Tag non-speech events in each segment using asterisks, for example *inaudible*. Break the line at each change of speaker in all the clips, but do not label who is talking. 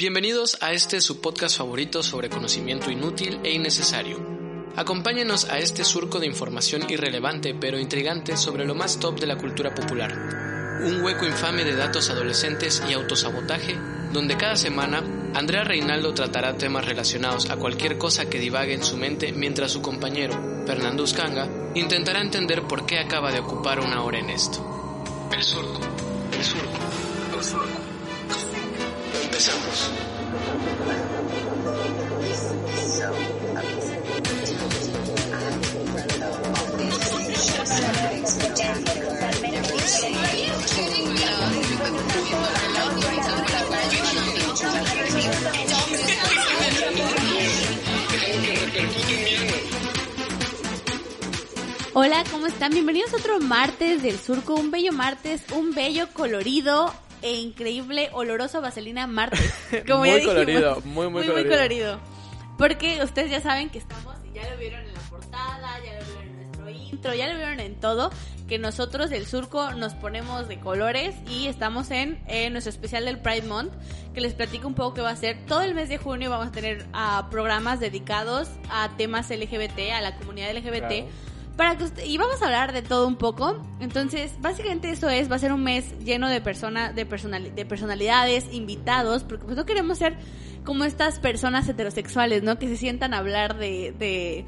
Bienvenidos a este su podcast favorito sobre conocimiento inútil e innecesario. Acompáñenos a este surco de información irrelevante pero intrigante sobre lo más top de la cultura popular. Un hueco infame de datos adolescentes y autosabotaje, donde cada semana Andrea Reinaldo tratará temas relacionados a cualquier cosa que divague en su mente mientras su compañero, Fernando Uscanga, intentará entender por qué acaba de ocupar una hora en esto. El surco, el surco, el surco. Empezamos.
Hola, ¿cómo están? Bienvenidos a otro martes del surco, un bello martes, un bello colorido e increíble oloroso vaselina martes.
Como *laughs* muy ya colorido, muy,
muy,
muy, colorido.
muy colorido. Porque ustedes ya saben que estamos, y ya lo vieron en la portada, ya lo vieron en nuestro intro, ya lo vieron en todo, que nosotros del surco nos ponemos de colores y estamos en eh, nuestro especial del Pride Month, que les platico un poco que va a ser todo el mes de junio vamos a tener ah, programas dedicados a temas LGBT, a la comunidad LGBT.
Claro.
Para que usted- y vamos a hablar de todo un poco. Entonces, básicamente eso es, va a ser un mes lleno de persona, de personal, de personalidades, invitados, porque pues no queremos ser como estas personas heterosexuales, ¿no? Que se sientan a hablar de, de,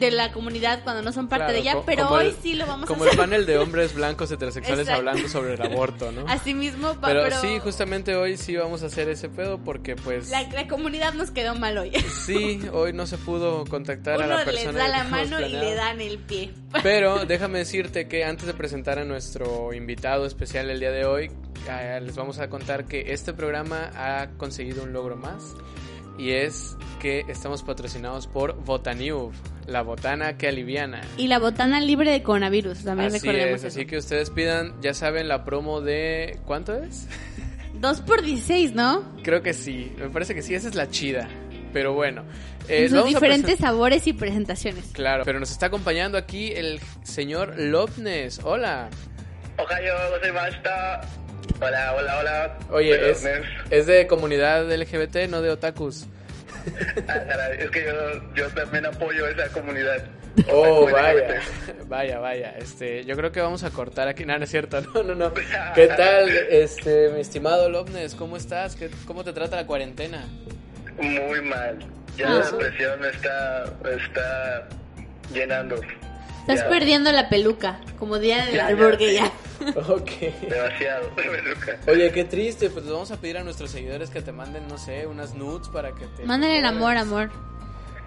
de la comunidad cuando no son parte
Claro,
de ella,
co-
pero
como
hoy
el-
sí lo vamos a
Como
hacer.
el panel de hombres blancos heterosexuales
Exacto.
hablando sobre el aborto, ¿no?
Así mismo, va-
Pero,
pero,
sí, justamente hoy sí vamos a hacer ese pedo porque pues
la, la comunidad nos quedó mal hoy.
sí, hoy no se pudo contactar
Uno
a la
les
persona.
da
que
la
teníamos
mano y
planeado.
le dan el pie.
Pero déjame decirte que antes de presentar a nuestro invitado especial el día de hoy, eh, les vamos a contar que este programa ha conseguido un logro más y es que estamos patrocinados por Botaniub, la botana que aliviana.
Y la botana libre de coronavirus, también
Así
recordemos
es,
eso.
así que ustedes pidan, ya saben, la promo de... ¿Cuánto es? *laughs*
Dos por 16, ¿no?
Creo que sí, me parece que sí, esa es la chida. Pero bueno, eh,
En sus
vamos a
diferentes
presen-
sabores y presentaciones.
Claro, pero nos está acompañando aquí el señor Lopnes. Hola.
Ohio, basta. Hola, hola, hola.
Oye, es,
Buenas.
es de comunidad LGBT, no de otakus.
Ah, caray, es que yo, yo también apoyo esa comunidad.
Oh,
Bueno,
vaya.
bueno.
*laughs* Vaya, vaya. Este, yo creo que vamos a cortar aquí. No, no es cierto. *laughs* No, no, no. ¿Qué tal, este, mi estimado Lopnes? ¿Cómo estás? ¿Qué- ¿Cómo te trata la cuarentena?
Muy mal. Ya
Ah.
la presión me está, me está llenando.
Estás
Ya,
perdiendo la peluca, como día del
Ya,
árbol
ya,
que ya.
ya.
Ok.
Demasiado. *laughs* Peluca.
Oye, qué triste. Pues vamos a pedir a nuestros seguidores que te manden, no sé, unas nudes para que te.
Mándale el amor,
Pues,
amor.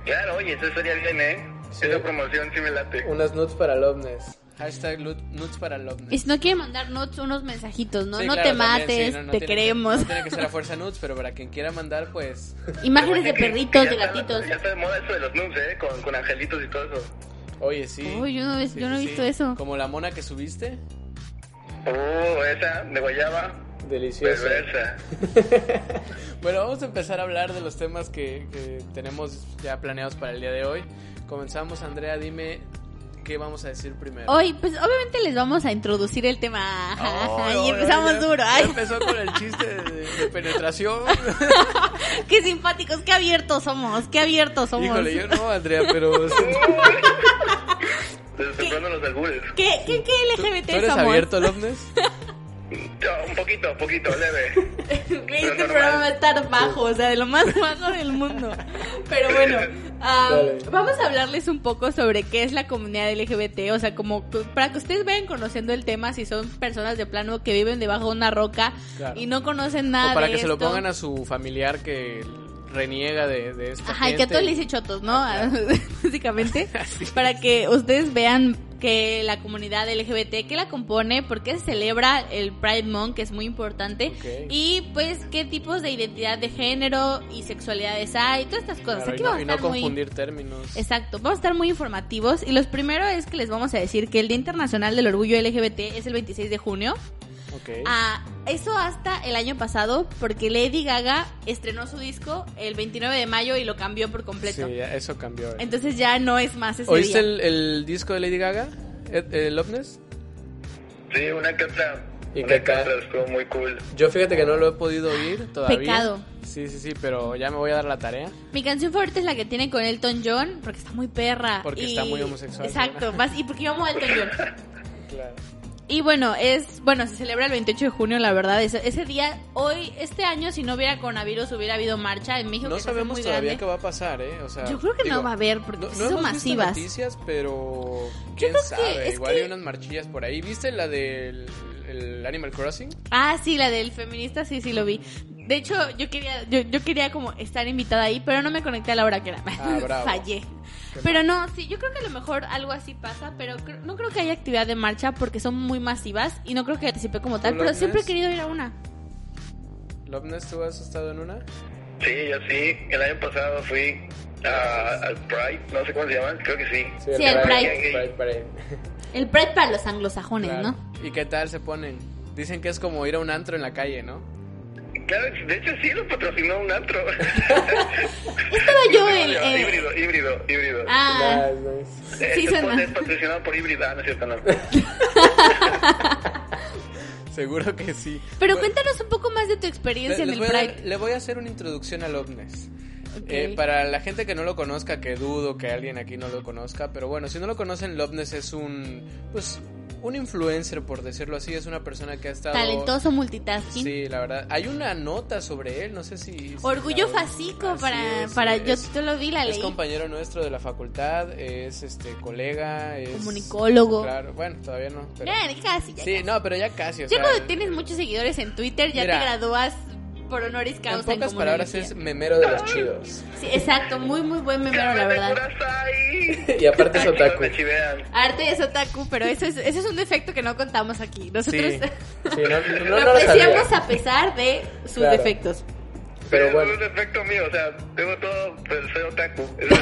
Claro, oye, eso sería bien, ¿eh?
Sí.
Esa promoción sí me late.
Unas nudes para Lopnes. Hashtag lu- nudes para Lopnes.
Y si no quiere mandar nudes, unos mensajitos, ¿no?
Sí,
no
claro,
te
también,
mates,
sí, no-
te
no tiene que-
queremos.
no tiene que ser a fuerza nudes, pero para quien quiera mandar, pues.
*laughs* Imágenes
Oye,
de
que-
perritos,
que
de
ya está-
gatitos.
Ya está de moda eso de los nudes, ¿eh? Con, con angelitos y todo eso.
Oye, sí.
Uy, yo no,
Sí,
yo no he
sí,
visto
sí.
eso.
Como la mona que subiste.
Oh, esa de guayaba.
*laughs*
Delicioso.
Perversa.
Bueno, vamos a empezar a hablar de los temas que, que tenemos ya planeados para el día de hoy. Comenzamos, Andrea, dime qué vamos a decir primero.
Hoy, pues obviamente les vamos a introducir el tema. Ajá,
Oh,
ajá,
oh,
y empezamos
ya-
duro.
ya
Ay,
empezó con el chiste de, de penetración.
*laughs* qué simpáticos, qué abiertos somos, qué abiertos somos.
Híjole, yo no, Andrea,
*laughs*
pero sí.
Despertando los albures.
¿Qué, qué, qué
¿Tú, tú
LGBT
eres
somos? *laughs*
abierto, Lomnes?
No, un poquito,
*laughs*
poquito, leve.
*laughs* Güey, este
Pero normal.
programa va a estar bajo, o sea, de lo más bajo del mundo. Pero bueno, ah,
Dale.
vamos a hablarles un poco sobre qué es la comunidad LGBT, o sea, como que- para que ustedes vayan conociendo el tema, si son personas de plano que viven debajo de una roca
Claro.
y no conocen nada.
O para
de
que se lo
esto.
pongan a su familiar que reniega de, de esta
Ajá, y que a
gente. Ah,
todos les dice chotos, ¿no? *laughs*
*laughs*
Básicamente, para que ustedes vean que la comunidad LGBT, que la compone, por qué se celebra el Pride Month, que es muy importante,
Ok.
y pues qué tipos de identidad de género y sexualidades hay, todas estas cosas.
Claro,
Aquí
y no,
vamos a
y no
estar muy...
confundir términos.
Exacto, vamos a estar muy informativos y los primero es que les vamos a decir que el Día Internacional del Orgullo LGBT es el 26 de junio.
Ok.
Ah, eso hasta el año pasado, porque Lady Gaga estrenó su disco el 29 de mayo y lo cambió por completo.
Sí, ya, eso cambió. eh.
Entonces ya no es más ese
¿Oíste
día.
¿E-, el, el disco de Lady Gaga? ¿El, el Lopnes?
Sí, una que otra.
Y
Una
que acá-
cátedra estuvo muy cool.
Yo fíjate que no lo he podido oír todavía.
Pecado.
Sí, sí, sí, pero ya me voy a dar la tarea.
Mi canción favorita es la que tiene con Elton John, porque está muy perra.
Porque
y-
está muy homosexual,
Exacto, más, y porque yo amo a Elton John.
Claro.
Y bueno, es, bueno, se celebra el 28 de junio, la verdad. Ese, ese día, hoy, este año, si no hubiera coronavirus, hubiera habido marcha en México.
No
que se hace
sabemos
muy
todavía
grande.
qué va a pasar, ¿eh? O sea,
Yo creo que
digo,
no va a haber,
no-
porque
no
Pues son
hemos
masivas.
Visto noticias, pero quién
creo que
sabe,
es
igual
que-
hay unas marchillas por ahí. ¿Viste la del el Animal Crossing?
Ah, sí, la del feminista, sí, sí lo vi. De hecho, yo quería, yo, yo quería como estar invitada ahí, pero no me conecté a la hora que era. *laughs*
Ah, bravo.
Fallé. Pero no, sí, yo creo que a lo mejor algo así pasa, pero cre- no creo que haya actividad de marcha porque son muy masivas y no creo que participe como tal,
¿Tú,
pero
Lourdes?
siempre he querido ir a una.
Lobnes, ¿tú has estado en una?
Sí, yo sí. El año pasado fui a- al Pride, no sé cómo se llaman, creo que sí.
Sí, el
Pride.
El Pride para los anglosajones,
Claro.
¿no?
¿Y qué tal se ponen? Dicen que es como ir a un antro en la calle, ¿no?
Claro, de hecho sí lo patrocinó un antro.
*laughs*
Estaba *laughs* yo en... en-
híbrido, híbrido, híbrido.
Ah,
Eh,
sí,
es
suena.
pon- Es patrocinado por híbrida, no es
*laughs*
cierto, no.
Seguro que sí.
Pero
Bueno,
cuéntanos un poco más de tu
le-
experiencia en el
les voy a dar-
Pride.
le voy a hacer una introducción al Lobnes.
Ok.
Eh, para la gente que no lo conozca, que dudo que alguien aquí no lo conozca, pero bueno, si no lo conocen, Lobnes es un, pues, un influencer, por decirlo así, es una persona que ha estado...
Talentoso multitasking.
Sí, la verdad. Hay una nota sobre él, no sé si... si
Orgullo
la-
fascico
Así
para,
es,
para yo
es-
sí te lo vi, la
es
leí.
compañero nuestro de la facultad, es este colega, es...
Comunicólogo.
Claro, bueno, todavía no. pero-
Bien, casi, ya
Sí,
casi.
no, pero ya casi. o
Ya
sea, eh,
cuando tienes muchos seguidores en Twitter, ya
Mira,
te gradúas por honoris causa.
En pocas
comunología.
palabras es memero de los chidos.
Sí, exacto, muy, muy buen memero, la verdad.
Kurasai.
*laughs* Y aparte es
Ay,
*laughs* otaku.
me chivean.
Arte es otaku, pero eso es, eso es un defecto que no contamos aquí. Nosotros
Sí, sí, no, no- no
*laughs* lo
lo sabía.
apreciamos a pesar de sus
Claro.
defectos.
Pero
Es
bueno.
un defecto mío, o sea, tengo todo, pero soy otaku. Eso es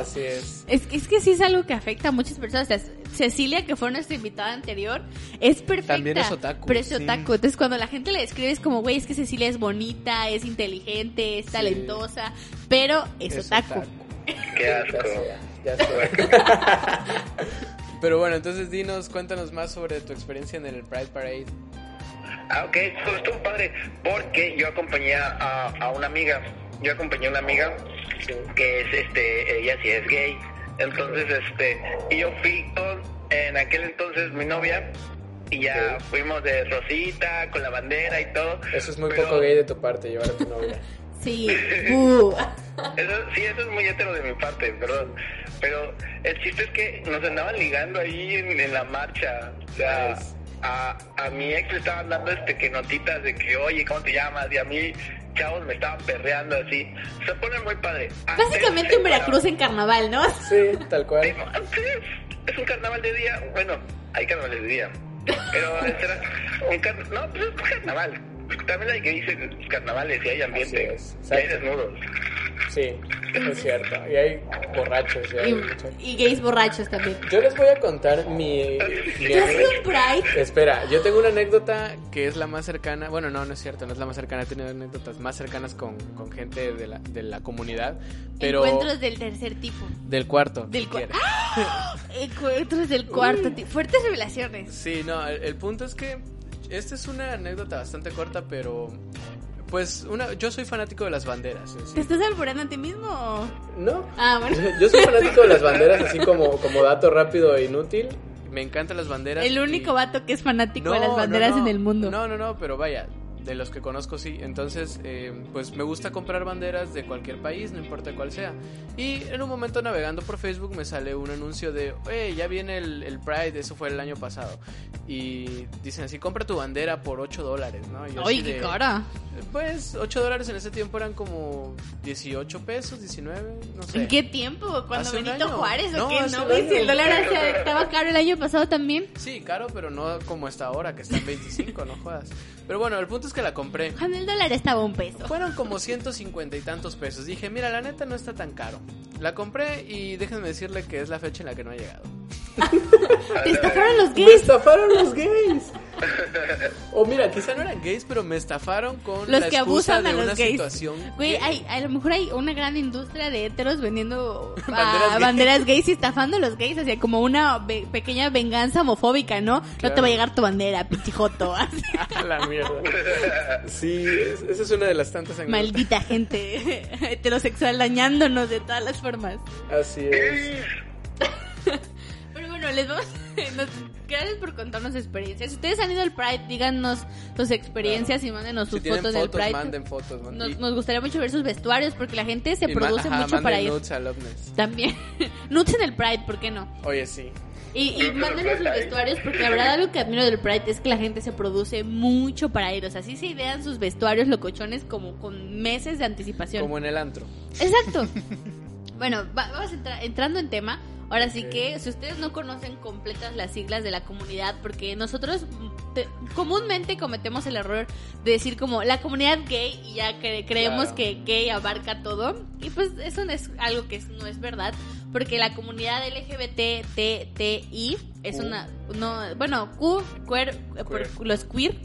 *laughs* Así es.
Es, que- es que sí es algo que afecta a muchas personas. O sea, Cecilia, que fue nuestra invitada anterior, es perfecta.
También es otaku,
Pero es
sí.
otaku. Entonces, cuando la gente le describe, es como, güey, es que Cecilia es bonita, es inteligente, es talentosa, pero es, otaku.
Qué asco.
Ya *laughs* Pero bueno, entonces dinos, cuéntanos más sobre tu experiencia en el Pride Parade.
Ah, ok, pues estuvo padre, porque yo acompañé a, a una amiga, yo acompañé a una amiga que es, este, ella sí es gay, entonces, este, y yo fui con, en aquel entonces, mi novia, y ya fuimos de rosita, con la bandera y todo. pero-
de tu parte, llevar a tu novia.
Sí. Uh.
Eso, sí, eso es muy hétero de mi parte, perdón. Pero el chiste es que nos andaban ligando ahí en, en la marcha. O sea,
Nice. Ah.
a, a mi ex le estaban dando este que notitas de que, oye, ¿cómo te llamas? Y a mí, chavos, me estaban perreando así. Se pone muy padre. Antes
Básicamente
se
en Veracruz
paraba-
en carnaval, ¿no?
*laughs* Sí, tal
Sí,
cual.
no, antes es un carnaval de día. Bueno, hay carnavales de día.
*laughs*
Pero este era un car- No, pues es un carnaval. También hay que dicen carnavales y hay
Así
ambiente.
es,
y hay
exacto.
desnudos.
Sí, es cierto. Y hay borrachos. y hay mucho.
Y, y gays borrachos también.
Yo les voy a contar mi... mi
¿Qué ha sido
anécdota.
un Pride?
Espera, yo tengo una anécdota que es la más cercana. Bueno, no, no es cierto, no es la más cercana. He tenido anécdotas más cercanas con, con gente de la, de la comunidad. Pero
Encuentros del tercer tipo.
del cuarto.
Del
si
cua-
quieres.
Encuentros del cuarto tipo. Fuertes revelaciones.
Sí, no, el, el punto es que esta es una anécdota bastante corta, pero pues una, yo soy fanático de las banderas. en sí.
¿Te estás alborando a ti mismo?
No, *laughs*
Ah, bueno.
yo soy fanático de las banderas, así como, como dato rápido e inútil. Me encantan las banderas.
El único
y-
vato que es fanático de
No,
las
no,
banderas
no.
en el mundo.
No, no, no, pero vaya, de los que conozco sí. Entonces, eh, pues me gusta comprar banderas de cualquier país, no importa cuál sea. Y en un momento navegando por Facebook me sale un anuncio de, oye, ya viene el, el Pride, eso fue el año pasado. Y dicen así, compra tu bandera por 8 dólares, ¿no? Y yo
Ay,
así
qué
de,
cara.
Pues 8 dólares en ese tiempo eran como 18 pesos, 19, no sé.
¿En qué tiempo? ¿Cuando
Hace un
Benito
año.
Juárez o
No,
qué?
hace
No,
un
güey, si el
año.
dólar hace- estaba caro el año pasado también.
Sí, caro, pero no como está ahora, que está en 25, no jodas. Pero bueno, el punto es que la compré.
Cuando el dólar estaba a un peso.
*laughs* Fueron como 150 y tantos pesos. Dije, mira, la neta no está tan caro. La compré y déjenme decirle que es la fecha en la que no ha llegado.
Te estafaron los
¡Me
gays.
estafaron los gays! *laughs* O mira, quizá no eran gays, pero me estafaron con
Los
la
que
excusa
abusan a
de
los
una
gays.
situación. *laughs*
Güey,
gay.
hay, a lo mejor hay una gran industria de heteros
*laughs*
vendiendo ah,
Banderas
banderas,
gays.
gays y estafando a los gays, o sea, como una ve- pequeña venganza homofóbica, ¿no? No te
Claro.
va a llegar tu bandera,
*laughs*
pichijoto. así.
A la mierda. Sí, es- esa es una de las tantas anécdotas.
Maldita gente *laughs* heterosexual dañándonos de todas las formas.
Así es.
Pero bueno, les vamos. *laughs* nos- gracias por contarnos experiencias. Si ustedes han ido al Pride, díganos sus experiencias y mándenos
Si
sus
tienen
fotos del
fotos,
Pride.
manden fotos. manden-
Nos,
y-
nos gustaría mucho ver sus vestuarios porque la gente se
y ma-
produce
ajá,
mucho para
manden
ir.
nudes al ovnis.
También. *laughs* Nudes en el Pride, ¿por qué no?
Oye, sí.
Y, y
Nudes en el
mándenos sus
Pride.
vestuarios porque la verdad algo que admiro del Pride es que la gente se produce mucho para ir. O sea, sí se idean sus vestuarios locochones como con meses de anticipación.
Como en el antro.
Exacto. *laughs* bueno, va- vamos entra- entrando en tema. Ahora sí
Ok.
que, si ustedes no conocen completas las siglas de la comunidad, porque nosotros mm, te- comúnmente cometemos el error de decir como la comunidad gay y ya cre- creemos
Claro.
que gay abarca todo. Y pues eso no es algo que es- no es verdad, porque la comunidad LGBTTI es
Q.
una... No, bueno, Q, queer, eh, por-
Queer.
los queer.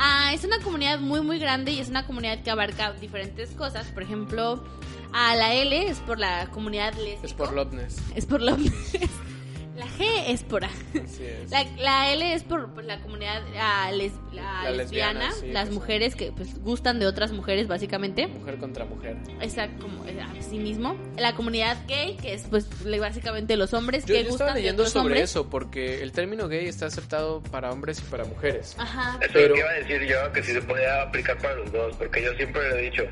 Ah, es una comunidad muy muy grande y es una comunidad que abarca diferentes cosas. Por ejemplo, a la L es por la comunidad lésbica.
Es
*laughs*
por Lopnes.
Es por *laughs* lo- La G es por...
Así es.
La, la L es por, por la comunidad ah, les- la
La
lesbiana,
lesbiana, sí,
las
que son-
mujeres que pues, gustan de otras mujeres básicamente.
Mujer contra mujer.
Exacto, como eh, a sí mismo. La comunidad gay, que es pues le- básicamente los hombres
Yo,
que
yo
gustan
estaba leyendo
de otros
sobre
hombres.
eso porque el término gay está aceptado para hombres y para mujeres.
Ajá.
Eso es
Pero-
lo que iba a decir yo, que si se podía aplicar para los dos, porque yo siempre lo he dicho.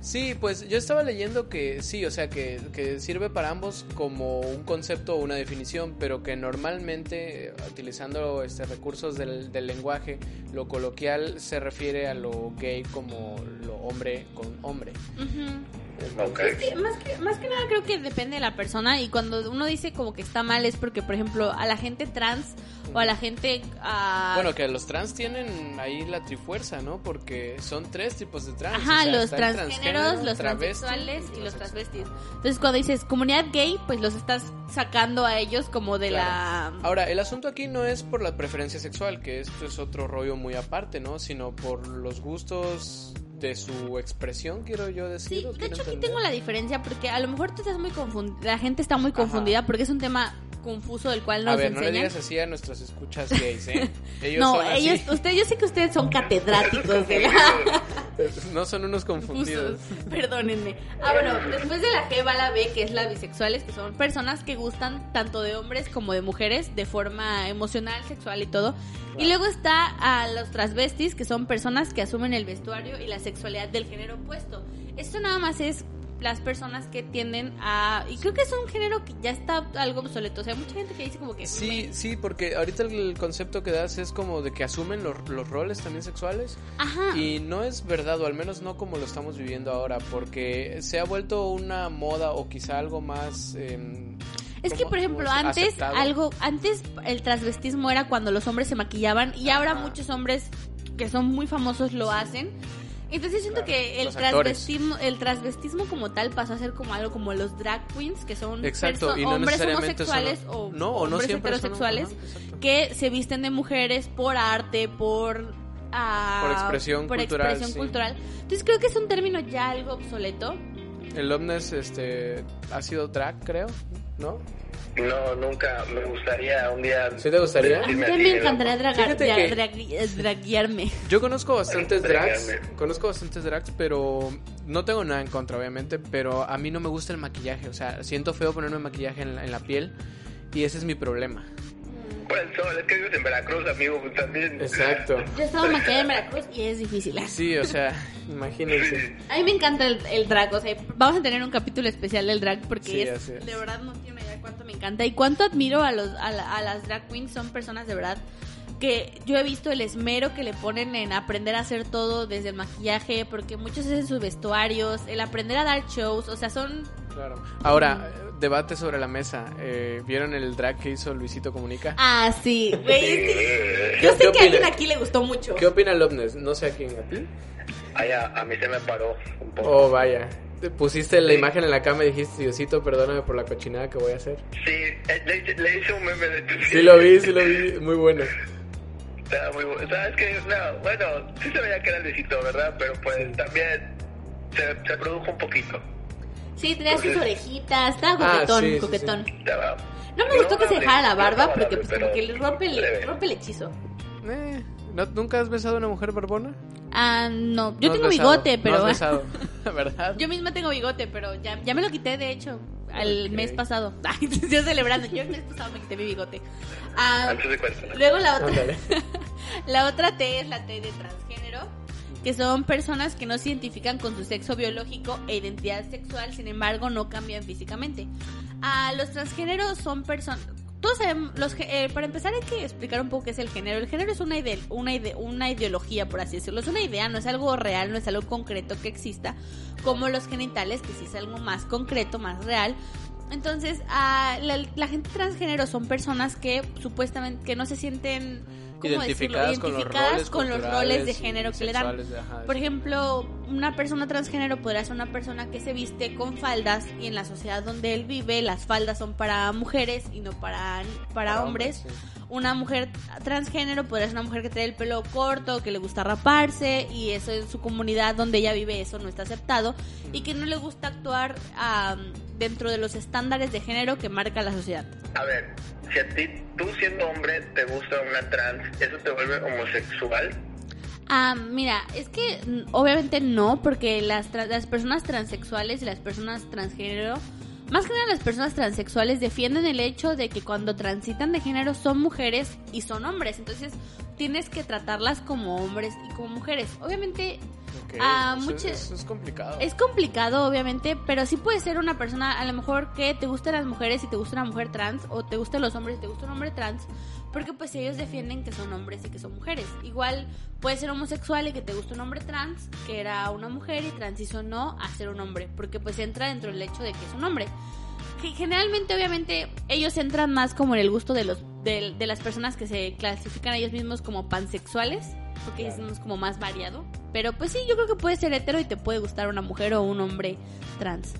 Sí, pues yo estaba leyendo que sí, o sea, que, que sirve para ambos como un concepto o una definición, pero que normalmente, eh, utilizando este, recursos del, del lenguaje, lo coloquial se refiere a lo gay como lo hombre con hombre.
Ujú.
Ok.
Sí, más que, más que nada creo que depende de la persona y cuando uno dice como que está mal es porque, por ejemplo, a la gente trans o a la gente... ah,
Bueno, que los trans tienen ahí la trifuerza, ¿no? Porque son tres tipos de trans.
Ajá,
o sea,
los
está el
transgéneros,
transgénero,
los
travesti
transexuales y los
transexual.
transvestis. Entonces cuando dices comunidad gay, pues los estás sacando a ellos como de
Claro.
la...
Ahora, el asunto aquí no es por la preferencia sexual, que esto es otro rollo muy aparte, ¿no? Sino por los gustos de su expresión, quiero yo decir.
Sí,
o
de
quiero
hecho aquí
entender.
tengo la diferencia porque a lo mejor tú estás muy confundida, la gente está muy confundida porque es un tema confuso del cual nos
A ver, no le
enseñan.
digas así a nuestros escuchas gays,
*laughs*
¿eh? Ellos
no,
son así.
ellos, usted, yo sé que ustedes son
"Pues,
catedráticos de la...
*laughs* No son unos confundidos.
Confusos, Perdónenme. Ah, bueno, después de la G va la B, que es la bisexuales, que son personas que gustan tanto de hombres como de mujeres de forma emocional, sexual y todo. Y luego está a los transvestis, que son personas que asumen el vestuario y la sexualidad del género opuesto. Esto nada más es las personas que tienden a... Y creo que es un género que ya está algo obsoleto. O sea, hay mucha gente que dice como que...
Sí, sí, porque ahorita el concepto que das es como de que asumen los, los roles también sexuales.
Ajá.
Y no es verdad, o al menos no como lo estamos viviendo ahora, porque se ha vuelto una moda o quizá algo más... em,
Es que,
¿cómo-
por ejemplo,
cómo se-
antes
aceptado?
algo, antes el transvestismo era cuando los hombres se maquillaban y ahora
Ajá.
muchos hombres que son muy famosos lo hacen. Entonces siento
Claro,
que el
los actores.
transvestismo, el transvestismo como tal pasó a ser como algo como los drag queens, que son
Exacto,
perso-
y no
hombres
necesariamente son-
homosexuales o
no, o no
hombres
siempre son-
heterosexuales
ajá, exacto.
que se visten de mujeres por arte, por... ah,
Por expresión
por
cultural,
expresión
sí.
cultural. Entonces creo que es un término ya algo obsoleto.
El Omnes este, ha sido drag, creo, ¿no?
No, nunca. Me gustaría un día.
¿Sí te gustaría?
A mí
Sí, me
también me
atiendo.
encantaría dragar-
Fíjate
dra-
que-
dragui- draguearme.
Yo conozco bastantes drags,
Entregarme.
conozco bastantes drags, pero no tengo nada en contra, obviamente, pero a mí no me gusta el maquillaje, o sea, siento feo ponerme maquillaje en la, en la piel y ese es mi problema.
Por el sol, es que vives en Veracruz, amigo, pues, también.
Exacto.
Yo he estado maquillada en Veracruz y es difícil. A
Sí, o sea, *laughs* imagínense.
mí me encanta el, el drag, o sea, vamos a tener un capítulo especial del drag porque
Sí,
es-
así es.
de verdad no tiene idea cuánto me encanta y cuánto admiro a, los, a, la- a las drag queens, son personas de verdad que yo he visto el esmero que le ponen en aprender a hacer todo desde el maquillaje, porque muchos hacen sus vestuarios, el aprender a dar shows, o sea, son...
Claro. Ahora, debate sobre la mesa. Eh, ¿Vieron el drag que hizo Luisito Comunica?
Ah, sí, güey, es que-
Eh,
Yo
¿Qué
sé que a alguien
opinas?
aquí le gustó mucho.
¿Qué opina el Omnes? No sé a quién, a ti.
allá, a mí se me paró un poco.
Oh, vaya. Te pusiste la imagen en la cama y dijiste, Diosito, perdóname por la cochinada que voy a hacer.
Sí, eh, le, hice- le hice un meme de
Sí lo vi, sí lo vi, muy bueno.
*laughs* Estaba muy bueno. ¿Sabes qué? No, bueno, sí se veía que era Luisito, ¿verdad? Pero pues también se, se produjo un poquito.
Sí, tenía sus orejitas, estaba
Ah,
coquetón,
sí, sí,
coquetón.
Estaba-
No me gustó que se
hablé,
dejara la
no
barba
hablé,
porque pues como
pero
que le rompe el,
breve.
rompe el hechizo.
Eh, ¿no- ¿Nunca has besado a una mujer barbona?
Ah, no, yo
No has
tengo
besado,
bigote,
no
pero
has besado, ¿verdad?
*laughs* yo misma tengo bigote, pero ya, ya me lo quité de hecho al
Ok.
mes pasado. *laughs* Ay, yo celebrando, yo el mes pasado me quité mi bigote.
*laughs*
Ah,
Antes de cuéntala.
luego la otra *laughs*
Ándale.
La otra T es la T de transgénero, que son personas que no se identifican con su sexo biológico e identidad sexual, sin embargo no cambian físicamente. Ah, los transgéneros son personas... Todos sabemos, los, gé- eh, para empezar hay que explicar un poco qué es el género. El género es una, ide- una, ide- una ideología, por así decirlo. Es una idea, no es algo real, no es algo concreto que exista, como los genitales, que sí es algo más concreto, más real. Entonces, ah, la, la gente transgénero son personas que supuestamente que no se sienten ¿cómo
Identificadas
decirlo?
con los
Identificadas
roles
con los
culturales
roles de
y
género que le dan.
sexuales de- ajá,
Por
sí.
ejemplo, una persona transgénero podría ser una persona que se viste con faldas y en la sociedad donde él vive las faldas son para mujeres y no para, para, hombres.
sí.
Una mujer transgénero podría ser una mujer que trae el pelo corto, que le gusta raparse y eso en su comunidad donde ella vive eso no está aceptado y que no le gusta actuar ah, dentro de los estándares de género que marca la sociedad.
A ver, si a ti, tú siendo hombre, te gusta una trans, ¿eso te vuelve homosexual?
Ah, mira, es que mm, obviamente no, porque las, tra- las personas transexuales y las personas transgénero, más que nada las personas transexuales defienden el hecho de que cuando transitan de género son mujeres y son hombres, entonces tienes que tratarlas como hombres y como mujeres. Obviamente
Ok,
Ah,
eso-
muchas-
eso es complicado.
es complicado, obviamente, pero sí puede ser una persona, a lo mejor que te gustan las mujeres y te gusta una mujer trans, o te gustan los hombres y te gusta un hombre trans, porque pues ellos defienden que son hombres y que son mujeres. Igual puede ser homosexual y que te gusta un hombre trans, que era una mujer y transicionó a ser un hombre, porque pues entra dentro del hecho de que es un hombre. Que generalmente, obviamente, ellos entran más como en el gusto de los de, de las personas que se clasifican a ellos mismos como pansexuales, porque
Claro.
es como más variado. Pero pues sí, yo creo que puedes ser hetero y te puede gustar una mujer o un hombre trans.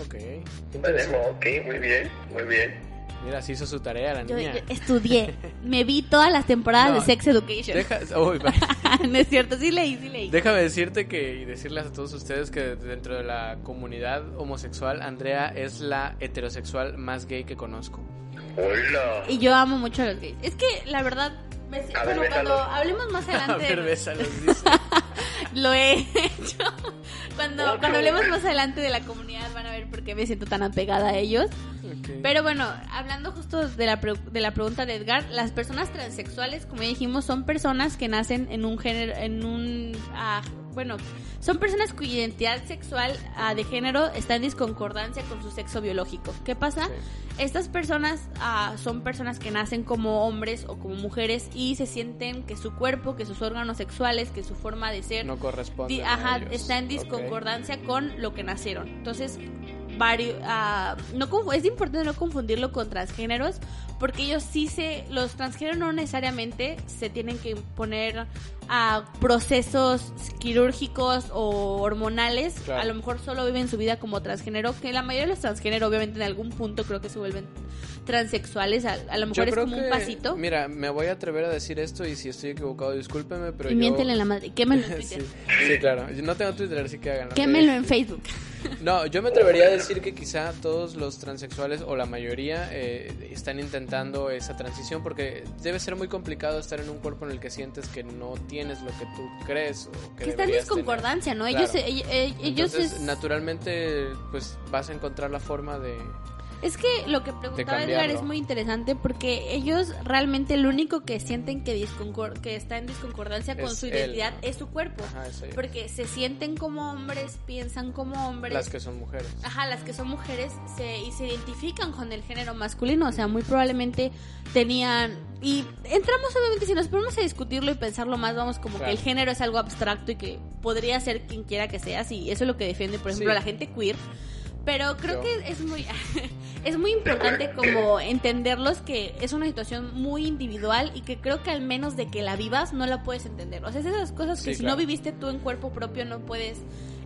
Ok.
Pues
Bueno, Pues, ok, muy bien, muy bien.
Mira, sí hizo su tarea la
Yo,
niña. *laughs*
yo estudié, me vi todas las temporadas
No,
de Sex Education.
Deja- uy, va.
*laughs* no es cierto, sí leí, sí leí.
Déjame decirte que y decirles a todos ustedes que dentro de la comunidad homosexual, Andrea es la heterosexual más gay que conozco.
Hola.
Y yo amo mucho a los gays. Es que la verdad, me-
A ver,
bueno, cuando
bésalos.
hablemos más adelante.
*laughs* A ver,
de- *laughs*
bésalos, dice.
Lo he hecho. *laughs* Cuando,
Otro.
cuando hablemos más adelante de la comunidad van a ver por qué me siento tan apegada a ellos.
Ok.
Pero bueno, hablando justo de la, pre- de la pregunta de Edgar, las personas transexuales, como ya dijimos, son personas que nacen en un género, en un... ah, bueno, son personas cuya identidad sexual ah, de género está en disconcordancia con su sexo biológico. ¿Qué pasa? Estas personas ah, son personas que nacen como hombres o como mujeres y se sienten que su cuerpo, que sus órganos sexuales, que su forma de ser
no corresponde.
Di- ajá, está en disconcordancia con lo que nacieron. Entonces, vario- ah, no confu- es importante no confundirlo con transgéneros, porque ellos sí se, los transgéneros no necesariamente se tienen que poner a procesos quirúrgicos o hormonales.
Claro.
A lo mejor solo viven su vida como transgénero, que la mayoría de los transgéneros obviamente en algún punto creo que se vuelven transexuales, a, a lo mejor es como un pasito.
Mira, me voy a atrever a decir esto y si estoy equivocado, discúlpeme, pero
Y
yo.
miéntenle en la madre, quémelo
*laughs*
en
sí,
Twitter,
sí, claro. Yo no tengo Twitter, así que háganlo.
quémelo en Facebook.
No, yo me atrevería a decir que quizá todos los transexuales o la mayoría eh, están intentando esa transición porque debe ser muy complicado estar en un cuerpo en el que sientes que no tienes lo que tú crees o que
que está en
deberías tener.
disconcordancia, ¿no?
Claro.
Ellos, eh, eh, ellos
Entonces,
es,
naturalmente, pues vas a encontrar la forma de...
es que lo que preguntaba Edgar
cambiarlo.
es muy interesante porque ellos realmente lo único que sienten que disconcor- que está en disconcordancia con
Es
su
él,
identidad
¿no?
es su cuerpo,
Ajá, eso ya.
porque se sienten como hombres, piensan como hombres.
Las que son mujeres.
Ajá, las que son mujeres se, y se identifican con el género masculino, o sea, muy probablemente tenían... Y entramos obviamente, si nos ponemos a discutirlo y pensarlo más, vamos como
Claro.
que el género es algo abstracto y que podría ser quien quiera que seas, y eso es lo que defiende, por ejemplo,
Sí.
la gente queer. Pero creo
Yo.
que es muy, *laughs* es muy importante como entenderlos que es una situación muy individual y que creo que al menos de que la vivas no la puedes entender. O sea, es esas cosas que
Sí,
si
claro.
no viviste tú en cuerpo propio no puedes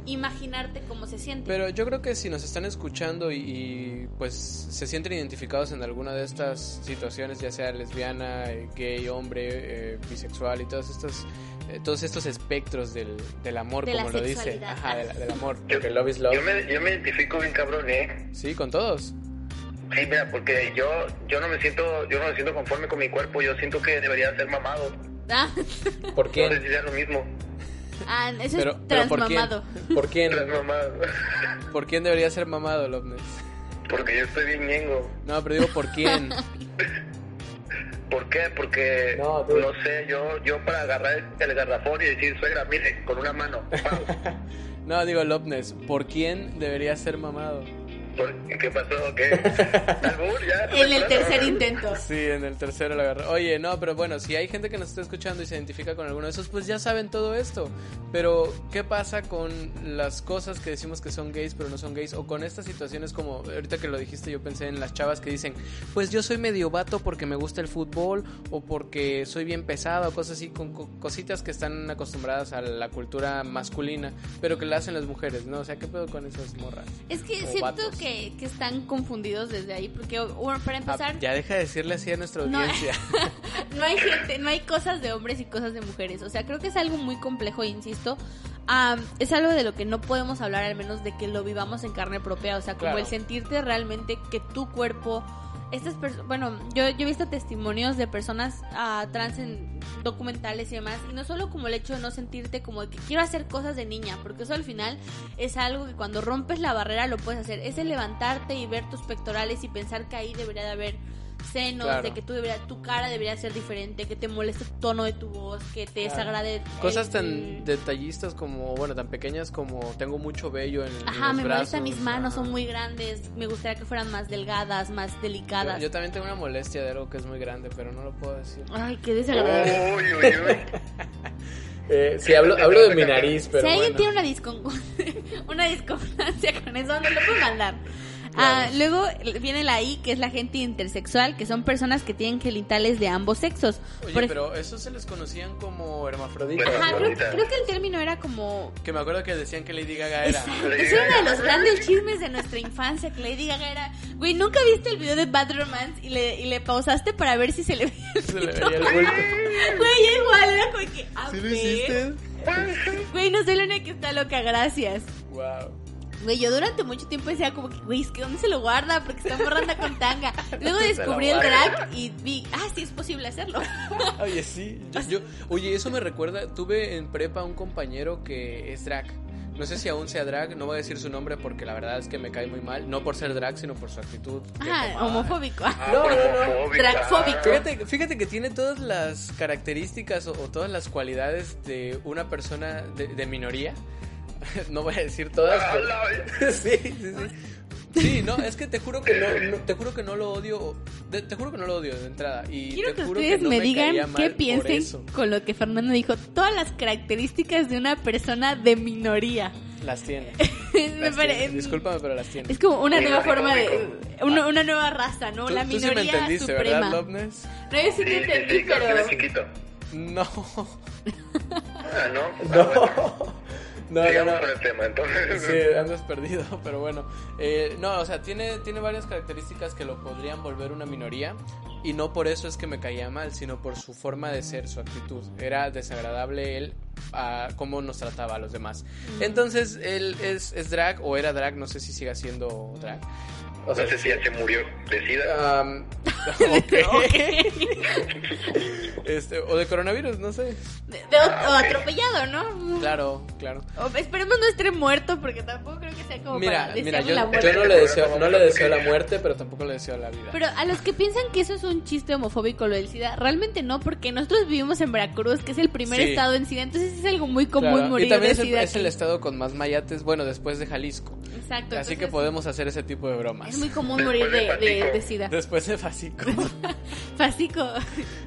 imaginarte cómo se siente.
Pero yo creo que si nos están escuchando y, y, pues se sienten identificados en alguna de estas situaciones, ya sea lesbiana, eh, gay, hombre, eh, bisexual y todos estos eh, todos estos espectros del, del amor,
De la
como lo dice.
sexualidad. Ah.
Ajá, del, del amor.
Yo-
Porque love is love.
Yo me, yo me identifico bien cabrón, ¿eh?
Sí, con todos.
Sí, mira, porque yo, yo no me siento, yo no me siento conforme con mi cuerpo, yo siento que debería ser mamado.
Ah,
¿Por
No
quién?
les diría lo mismo.
ah, eso
Pero-
es
pero ¿por quién?
transmamado.
¿Por quién?
Las mamadas.
¿Por quién debería ser mamado, Lovnes?
*laughs* Porque yo estoy bien ñengo.
No, pero digo, ¿por
*laughs*
quién?
¿Por qué? Porque
No,
no,
tú-
sé, yo, yo para agarrar el, el garrafón y decir, suegra, mire, con una mano. Pau.
No, digo, Lovnes, ¿por quién debería ser mamado?
¿Por- Pues, ¿Qué pasó? ¿Qué? ¿Albur? ¿Ya?
En el tercer intento.
Sí, en el tercero lo agarró. Oye, no, pero bueno, si hay gente que nos está escuchando y se identifica con alguno de esos, pues ya saben todo esto. Pero, ¿qué pasa con las cosas que decimos que son gays, pero no son gays? O con estas situaciones como, ahorita que lo dijiste, yo pensé en las chavas que dicen, pues yo soy medio vato porque me gusta el fútbol, o porque soy bien pesada, o cosas así, con co- cositas que están acostumbradas a la cultura masculina, pero que la hacen las mujeres, ¿no? O sea, ¿qué pedo con esas morras?
Es que
O
siento
vatos.
que, que están confundidos desde ahí, porque bueno, para
Ah,
empezar,
ya deja de decirle así a nuestra
No.
audiencia.
no hay gente, no hay cosas de hombres y cosas de mujeres. O sea, creo que es algo muy complejo, insisto. Am, es algo de lo que no podemos hablar al menos de que lo vivamos en carne propia. O sea, como
Claro.
el sentirte realmente que tu cuerpo. Estas perso- bueno, yo, yo he visto testimonios de personas ah, trans en documentales y demás, y no solo como el hecho de no sentirte como de que quiero hacer cosas de niña, porque eso al final es algo que cuando rompes la barrera lo puedes hacer, es el levantarte y ver tus pectorales y pensar que ahí debería de haber senos,
Claro.
de que tú debería- tu cara debería ser diferente, que te moleste el tono de tu voz, que te desagrade. el-
Cosas
el-
tan detallistas como, bueno, tan pequeñas como tengo mucho vello en, en
Ajá,
los
me
brazos.
molestan mis manos,
ajá.
son muy grandes, me gustaría que fueran más delgadas, más
Yo,
delicadas.
yo también tengo una molestia de algo que es muy grande, pero no lo puedo decir.
Ay, qué desagradable.
Uy, uy,
*laughs*
uy.
Eh, sí, hablo, hablo de mi nariz, pero
si alguien
bueno.
tiene una, discon- *laughs* una discognancia con eso, no lo puede mandar. Ah, luego viene la I, que es la gente intersexual, que son personas que tienen genitales de ambos sexos.
Oye,
Por ej-
pero esos se les conocían como hermafroditas.
Bueno,
Ajá, creo,
ahorita.
creo que el término era como...
Que me acuerdo que decían que Lady Gaga era.
Es uno de los grandes chismes de nuestra infancia que Lady Gaga era... Güey, ¿nunca viste el video de Bad Romance y le, y le pausaste para ver si se le veía
*laughs*
el
*laughs* Se le
pito?
veía el bulto.
Güey, igual, era como que... a
¿Sí lo
ver.
hiciste?
Güey, no soy la única que está loca, gracias.
Wow.
Güey, yo durante mucho tiempo decía como que, güey, es que ¿dónde se lo guarda? Porque está morrando con
*laughs*
tanga. Luego descubrí el drag y vi, ah, sí, es posible hacerlo.
Oye, sí. Yo, yo- oye, eso me recuerda. Tuve en prepa un compañero que es drag. No sé si aún sea drag, no voy a decir su nombre porque la verdad es que me cae muy mal. No por ser drag, sino por su actitud. que
Ajá,
tomaba.
homofóbico. *laughs*
No, no, no.
Transfóbico.
Fíjate, fíjate que tiene todas las características o, o todas las cualidades de una persona de, de minoría. *laughs* No voy a decir todas,
Ah,
pero- *laughs* sí, sí, sí. Sí, no, es que te juro que no, no- te juro que no lo odio, de- te juro que no lo odio de entrada y
Quiero
te
que
juro
ustedes
no
me,
caía
digan
mal
qué
por
piensen
eso.
con lo que Fernando dijo. Todas las características de una persona de minoría.
Las
*laughs*
tiene.
Me
las
pare-
tiene. Discúlpame, pero las tiene.
Es como una
Sí,
nueva
no,
forma de...
homofóbico.
Una, una nueva raza, ¿no?
Tú-
La
tú sí
minoría
me entendiste,
suprema.
¿verdad, Lobnes?
No, yo sí te
*laughs*
Sí, sí,
entendí,
sí, creo
*laughs*
que
pero...
era chiquito.
No.
Ah, ¿no?
No.
Ah, bueno.
*laughs*
No, no,
Sigamos
no.
con el tema, entonces. *laughs*
Sí, andas perdido, *laughs* pero bueno. Eh, no, o sea, tiene, tiene varias características que lo podrían volver una minoría. Y no por eso es que me caía mal, sino por su forma de ser, su actitud. Era desagradable él a cómo nos trataba a los demás.
Mm.
Entonces, él es, es drag o era drag, no sé si siga siendo drag.
O sea,
No sé si ya se murió de
*laughs*
sida.
Am,
*laughs*
ok. Este, o de coronavirus, no sé.
De- de- o atropellado, ¿no?
Claro, claro.
O- esperemos no esté muerto porque tampoco creo que sea como
Mira,
para
mira,
desearle
yo,
la muerte.
yo no le deseo, no le deseo la muerte, pero tampoco le deseo la vida.
Pero a los que piensan que eso es un chiste homofóbico lo del SIDA, realmente no, porque nosotros vivimos en Veracruz, que es el primer
Sí.
estado en SIDA, entonces es algo muy común
Claro,
morir
y también
de
es el,
SIDA.
es el
aquí.
estado con más mayates, bueno, después de Jalisco.
Exacto.
Así
entonces,
que podemos hacer ese tipo de
Es
bromas.
muy común
Después
morir de,
de
de,
*laughs*
Fásico.
de SIDA.
Después de Fásico.
*laughs* Fásico.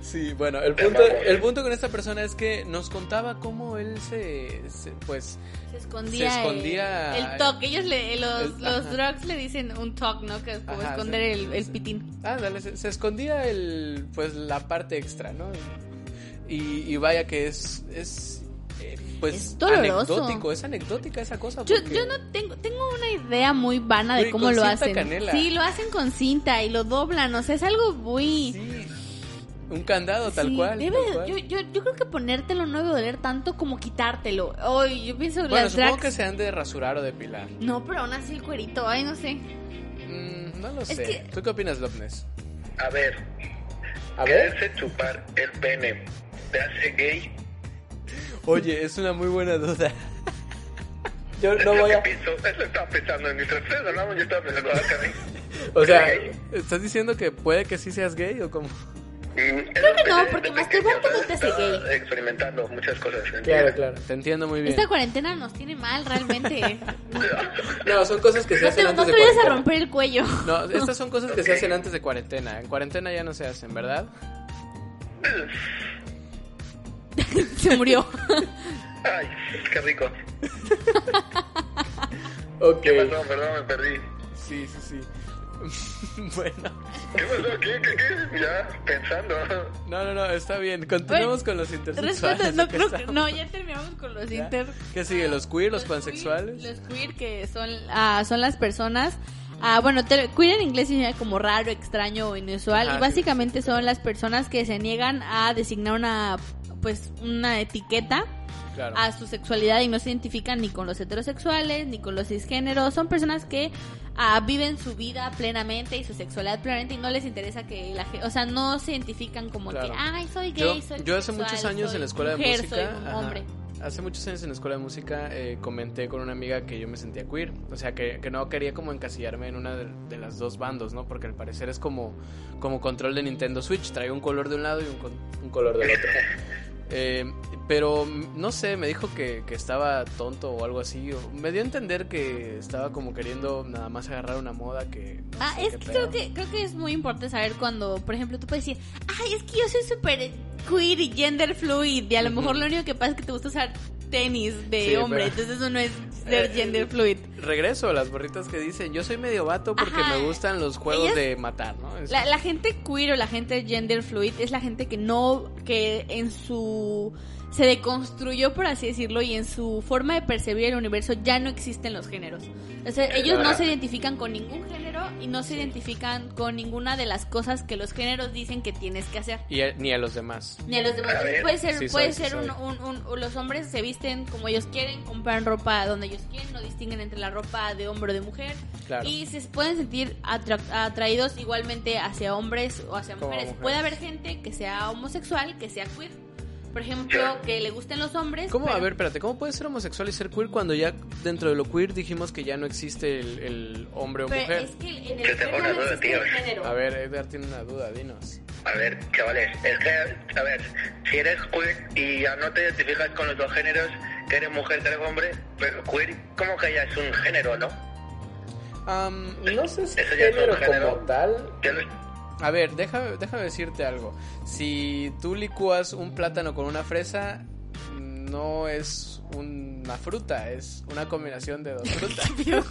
Sí, bueno, el
Te
punto,
mamas.
el punto con esta persona es que nos contaba cómo él se, se- pues,
Se escondía.
Se escondía-
El, el toque. Ellos, le, eh, los,
El-
los
ajá.
drugs le dicen un toque, ¿no? Que es como
Ajá,
esconder
sí,
el, el pitín.
ah, dale, se, se escondía el, pues, la parte extra, ¿no? Y, y vaya que es, es eh, pues
Es doloroso.
anecdótico, es anecdótica esa cosa.
Yo,
porque-
yo no tengo, tengo una idea muy vana de
Güey,
cómo
con
lo
cinta
hacen.
canela.
Sí, lo hacen con cinta y lo doblan, o sea, es algo muy...
Sí, un candado tal
Sí,
cual.
debe-
tal cual.
Yo, yo, yo creo que ponértelo no debe doler tanto como quitártelo. Ay, yo pienso que
bueno,
las
supongo
drags...
que se han de rasurar o depilar.
No, pero aún así el cuerito, ay, no sé.
Mm, no lo
Es
sé.
que-
¿Tú qué opinas, Lopnes?
A ver,
A ver,
quererse chupar el pene te hace gay.
Oye, es una muy buena duda.
yo
Es
no
lo
voy
que
a.
pienso, es lo que estaba pensando en mientras ustedes hablaban, yo estaba pensando "Ah, acá.
O sea,
¿Estás diciendo que puede que sí seas gay o cómo?
Creo
que no, porque masturbarte no te hace gay.
Experimentando muchas cosas. en mi
claro,
vida.
claro.
Te entiendo muy bien.
Esta cuarentena nos tiene mal
*laughs*
realmente.
No, son cosas que se
no te,
hacen
no
antes
te
de
vayas a
cuarentena.
romper el cuello. *laughs*
No, estas son cosas que se
Ok.
hacen antes de cuarentena. En cuarentena ya no se hacen, ¿verdad?
Se murió.
Ay, qué rico.
Ok.
¿Qué pasó? Perdón, me perdí.
Sí, sí, sí. *laughs* bueno.
¿Qué pasó? ¿Qué? ¿Qué? ¿Qué? Ya, pensando.
No, no, no, está bien. Continuemos con los intersexuales.
Respeto, no
acá
creo que,
estamos.
no, ya terminamos con los
¿Ya?
inter...
¿Qué sigue? ¿Los queer, los,
queer-
pansexuales?
los queer que son, ah, son las personas. ah, bueno, te- queer en inglés significa como raro, extraño o inusual.
Ajá,
y
Ah, sí,
básicamente son las personas que se niegan a designar una pues una etiqueta
Claro.
a su sexualidad y no se identifican ni con los heterosexuales ni con los cisgéneros. Son personas que ah, viven su vida plenamente y su sexualidad plenamente y no les interesa que la gente, o sea, no se identifican como
Claro.
que, ay, soy
Yo,
gay, soy
yo hace
bisexual,
muchos años
soy
en la escuela
mujer,
de música,
soy
ajá,
hombre.
hace muchos años en la escuela de música eh, comenté con una amiga que yo me sentía queer, o sea que, que no quería como encasillarme en una de, de las dos bandos, ¿no? Porque al parecer es como, como control de Nintendo Switch, trae un color de un lado y un, con- un color del
*laughs*
otro. Eh, pero mm, no sé, me dijo que, que estaba tonto o algo así, o- me dio a entender que estaba como queriendo nada más agarrar una moda que... no
Ah,
sé
es
qué
que creo,
pedo.
que creo que es muy importante saber cuando, por ejemplo, tú puedes decir, ay, es que yo soy súper queer y gender fluid, y a lo
Ujú.
mejor lo único que pasa es que te gusta usar tenis de
Sí,
hombre,
pero-
entonces eso no es ser
Eh,
gender fluid.
Regreso a las borritas que dicen, yo soy medio vato porque
Ajá.
me gustan los juegos
Ellas-
de matar, ¿no? Es-
La, la gente queer o la gente gender fluid es la gente que no, que en su... se deconstruyó, por así decirlo, y en su forma de percibir el universo ya no existen los géneros. O sea, ellos no se identifican con ningún género y no se identifican con ninguna de las cosas que los géneros dicen que tienes que hacer.
y a- ni a los demás.
Ni a los demás.
A ver,
puede ser,
sí
puede
soy, sí
ser un, un- un- o los hombres se visten como ellos quieren, compran ropa donde ellos quieren, no distinguen entre la ropa de hombre o de mujer.
Claro.
Y se pueden sentir atra- atraídos igualmente hacia hombres o hacia
Como
mujeres.
mujeres.
Puede haber gente que sea homosexual, que sea queer. Por ejemplo, que le gusten los hombres.
¿Cómo?
pero-
A ver, espérate, ¿cómo puedes ser homosexual y ser queer cuando ya dentro de lo queer dijimos que ya no existe el, el hombre o
pero
mujer?
es que en el
Yo tengo
género
una
no
duda,
existe
tío.
el género.
A ver, Edgar tiene una duda, dinos.
A ver, chavales, es que, a ver, si eres queer y ya no te identificas con los dos géneros, que eres mujer, que eres hombre, pero queer como que ya es un género, ¿no?
Am,
No sé si
Eso ya es un
género
género.
como tal.
Ya lo-
a ver, déjame, déjame decirte algo. Si tú licúas un plátano con una fresa, no es una fruta, es una combinación de dos frutas.
*laughs* Eso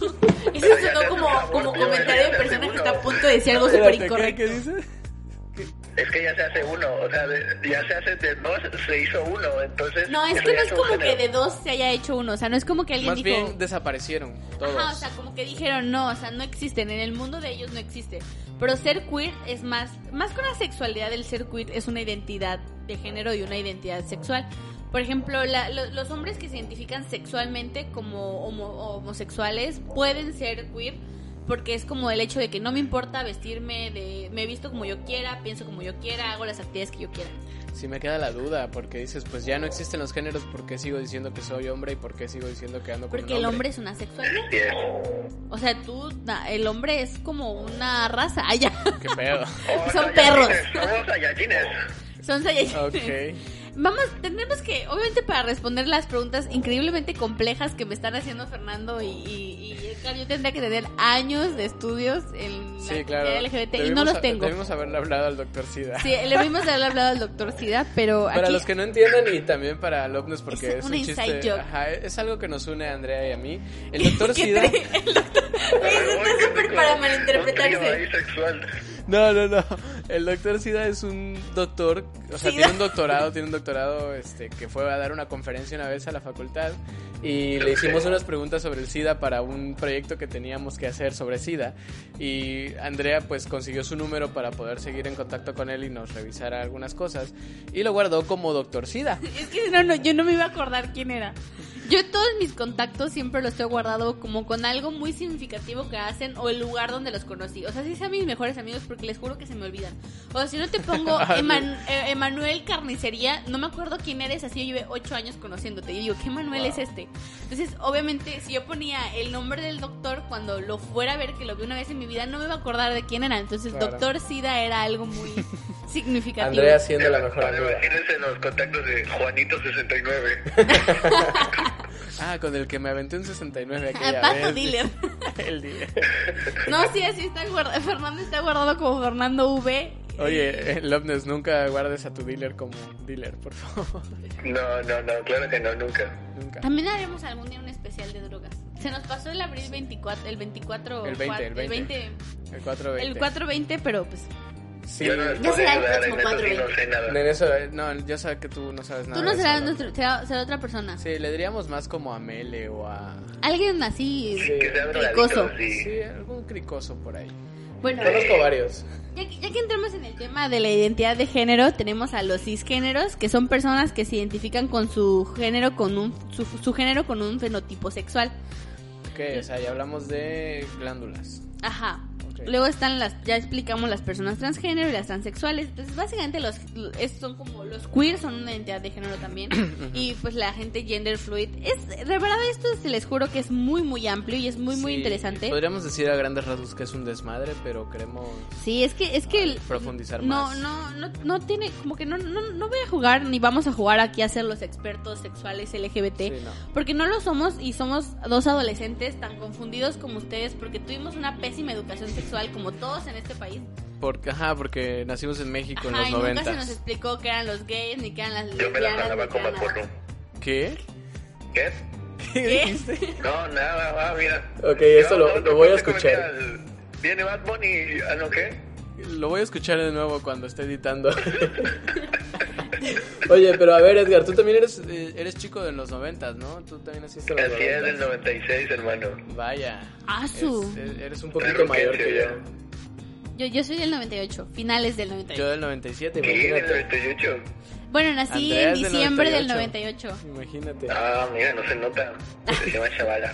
Pero ya
sonó
te-
como,
por favor,
como
tío,
comentario de
ya te
persona que está a
aseguro.
punto de decir algo *laughs* súper
Espérate, ¿qué-
incorrecto.
¿Qué dices?
Es que ya se hace uno, o sea, de- ya se hace de dos, se hizo uno, entonces...
No, es
eso
que
ya
no es
un
como que
género.
de dos se haya hecho uno. O sea, no es como que alguien
Más
dijo.
bien desaparecieron todos.
Ajá, o sea, como que dijeron, no, o sea, no existen, en el mundo de ellos no existe. Pero ser queer es más, más que una sexualidad, el ser queer es una identidad de género y una identidad sexual. Por ejemplo, la- lo- los hombres que se identifican sexualmente como homo- homosexuales pueden ser queer porque es como el hecho de que no me importa vestirme, de, me visto como yo quiera, pienso como yo quiera, hago las actividades que yo quiera.
Sí me queda la duda, porque dices, pues ya no existen los géneros, ¿por qué sigo diciendo que soy hombre y por qué sigo diciendo que ando con
Porque
un
el hombre es una sexualidad.
Y es-
O sea, tú, na- el hombre es como una raza. *laughs* Ah, ya.
¿Qué pedo?
Oh,
Son
Saiyajines,
perros.
Somos Saiyajines.
Son Saiyajines.
ok.
*laughs* Vamos, tenemos que, obviamente para responder las preguntas increíblemente complejas que me están haciendo Fernando y, y, y acercar. Yo tendría que tener años de estudios en la
Sí, claro.
comunidad LGBT y no
Debimos
los
a-
tengo.
Debimos haberle hablado al doctor Sida.
Sí, le vimos haber hablado al doctor Sida, pero
Para
aquí
los que no entiendan y también para alumnos porque
Es
es,
una
un
inside
chiste,
joke.
ajá, es algo que nos une a Andrea y a mí. El doctor
*laughs* Qué
Sida,
triste. *laughs* Eso está súper para malinterpretarse.
sexual.
no, no, no. El doctor Sida es un doctor, o sea,
Sida.
tiene un doctorado, tiene un doctorado este que fue a dar una conferencia una vez a la facultad y le hicimos unas preguntas sobre el Sida para un proyecto que teníamos que hacer sobre Sida y Andrea pues consiguió su número para poder seguir en contacto con él y nos revisara algunas cosas y lo guardó como doctor Sida.
*laughs* Es que no, no, yo no me iba a acordar quién era. Yo todos mis contactos siempre los he guardado como con algo muy significativo que hacen o el lugar donde los conocí. O sea, sí sean mis mejores amigos porque les juro que se me olvidan. O sea, si no te *laughs* pongo Eman- eh, Emanuel Carnicería, no me acuerdo quién eres, así yo llevé ocho años conociéndote. Y digo, ¿qué Manuel es este? Entonces, obviamente, si yo ponía el nombre del doctor cuando lo fuera a ver, que lo vi una vez en mi vida, no me iba a acordar de quién era. Entonces,
Claro.
doctor Sida era algo *laughs* muy significativo.
Andrea siendo la mejor
Ahora
amiga.
Imagínense los contactos de
*laughs*
Juanito69.
Ah, con el que me aventé un 69
Ah,
aquella
Paso,
vez.
dile.
*laughs* El dile.
No, sí, así está guardado. Fernando está guardado como Fernando V.
Oye, eh, Lobnes, nunca guardes a tu dealer como dealer, por favor. *laughs*
No, no, no, claro que no, nunca.
Nunca.
También haremos algún día un especial de drogas. Se nos pasó el abril 24, el 24,
El 20, el
el 20,
El 420.
el 420, pero pues
Sí.
Yo no les
Ya
puedo
será el
ayudar, en
próximo
eso sí
cuadro,
no sé
En
nada.
eso,
Eh, No, yo sé que tú no sabes nada.
tú no
de
serás
eso,
nuestro, será, será otra persona.
Sí, le diríamos más como a Mele o a...
Alguien así.
Sí.
Que sean
Cricoso.
drogadictos, sí.
Sí, algún cricoso por ahí.
Bueno,
conozco varios.
Ya que, ya que entramos en el tema de la identidad de género, tenemos a los cisgéneros, que son personas que se identifican con su género con un su, su género con un fenotipo sexual.
¿Qué? O sea, ya hablamos de glándulas.
Ajá.
Ok.
Luego están las, ya explicamos las personas transgénero y las transexuales. Entonces, básicamente los, es- son como los queer son una identidad de género
*clears throat*
también. y pues la gente gender fluid. Es, de verdad, esto se les juro que es muy, muy amplio y es muy, muy
Sí,
interesante.
Podríamos decir a grandes rasgos que es un desmadre, pero queremos...
Sí, es que, es que el-
Profundizar
no,
más.
No, no, no tiene, como que no, no, no voy a jugar ni vamos a jugar aquí a ser los expertos sexuales LGBT.
Sí, no.
Porque no lo somos y somos dos adolescentes tan confundidos como ustedes porque tuvimos una pésima educación sexual como todos en este país.
Porque, ajá, porque nacimos en México
Ajá,
en
y
los
nunca se nos
90.
explicó que eran los gays ni que eran las
Yo me la
lesbianas.
jalaba
ni que
con
eran nada.
Macorro.
¿Qué?
¿Qué?
*laughs*
¿Qué?
No, nada, ah, mira.
Ok, esto
Yo,
lo-
no,
lo voy a
no te comenté
escuchar.
al- Viene Bad Bunny, ¿ah, no qué?
Lo voy a escuchar de nuevo cuando esté editando. *laughs*
Oye, pero a ver, Edgar,
Tú también eres, eh, eres chico de los noventas, ¿no? Tú también naciste en los
Así es del
noventas.
96, hermano.
Vaya.
Ah, su.
Es- es- eres un
un
poquito...
poquito mayor que yo.
Yo, yo soy del 98, finales del 98.
Yo del 97,
Sí, del
imagínate.
98.
Bueno, nací
Andrea
en
es del
diciembre del
98.
98.
Imagínate.
Ah, mira, no se nota. Se llama
*laughs*
chavala.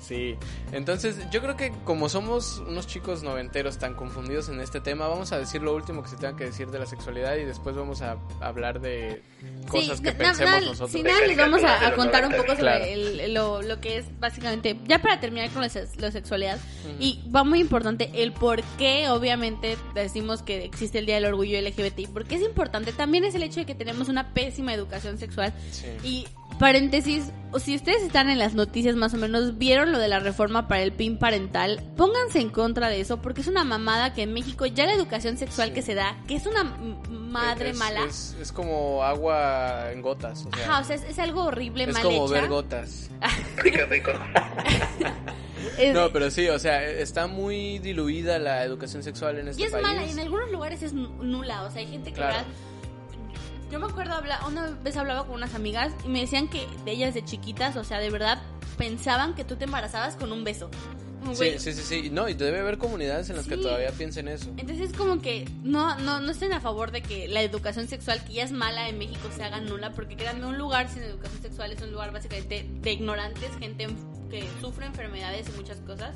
Sí. Entonces, yo creo que como somos unos chicos noventeros tan confundidos en este tema, vamos a decir lo último que se tenga que decir de la sexualidad y después vamos a hablar de cosas que
na-
pensemos
nada-
nosotros.
Sí, nada, les vamos a, a contar un poco sobre
Claro.
el- lo, lo que es básicamente, ya para terminar con la, sex- la sexualidad, y va muy importante el por qué, obviamente, decimos que existe el Día del Orgullo LGBTI, porque es importante, también es el hecho de que tenemos una pésima educación sexual.
Sí.
Y paréntesis, o si ustedes están en las noticias más o menos, vieron lo de la reforma para el PIN parental, pónganse en contra de eso, porque es una mamada que en México ya la educación sexual
Sí.
que se da, que es una m- madre
Es-
mala.
Es, es como agua en gotas. O sea,
Ajá, o sea, es, es algo horrible,
es
mal
como
hecha.
ver gotas.
Rico, rico.
Es-
No, pero sí, o sea, está muy diluida la educación sexual en este
y es
país.
mala, y en algunos lugares es nu- nula, o sea, hay gente que
Claro.
verdad- Yo me acuerdo, habla- una vez hablaba con unas amigas y me decían que de ellas de chiquitas, o sea, de verdad, pensaban que tú te embarazabas con un beso. Como,
Sí,
güey,
sí, sí, sí. No, y debe haber comunidades en las que
Sí.
todavía piensen eso.
Entonces como que no, no, no estén a favor de que la educación sexual que ya es mala en México se haga nula, porque créanme, un lugar sin educación sexual es un lugar básicamente de ignorantes, gente en- que sufre enfermedades y muchas cosas.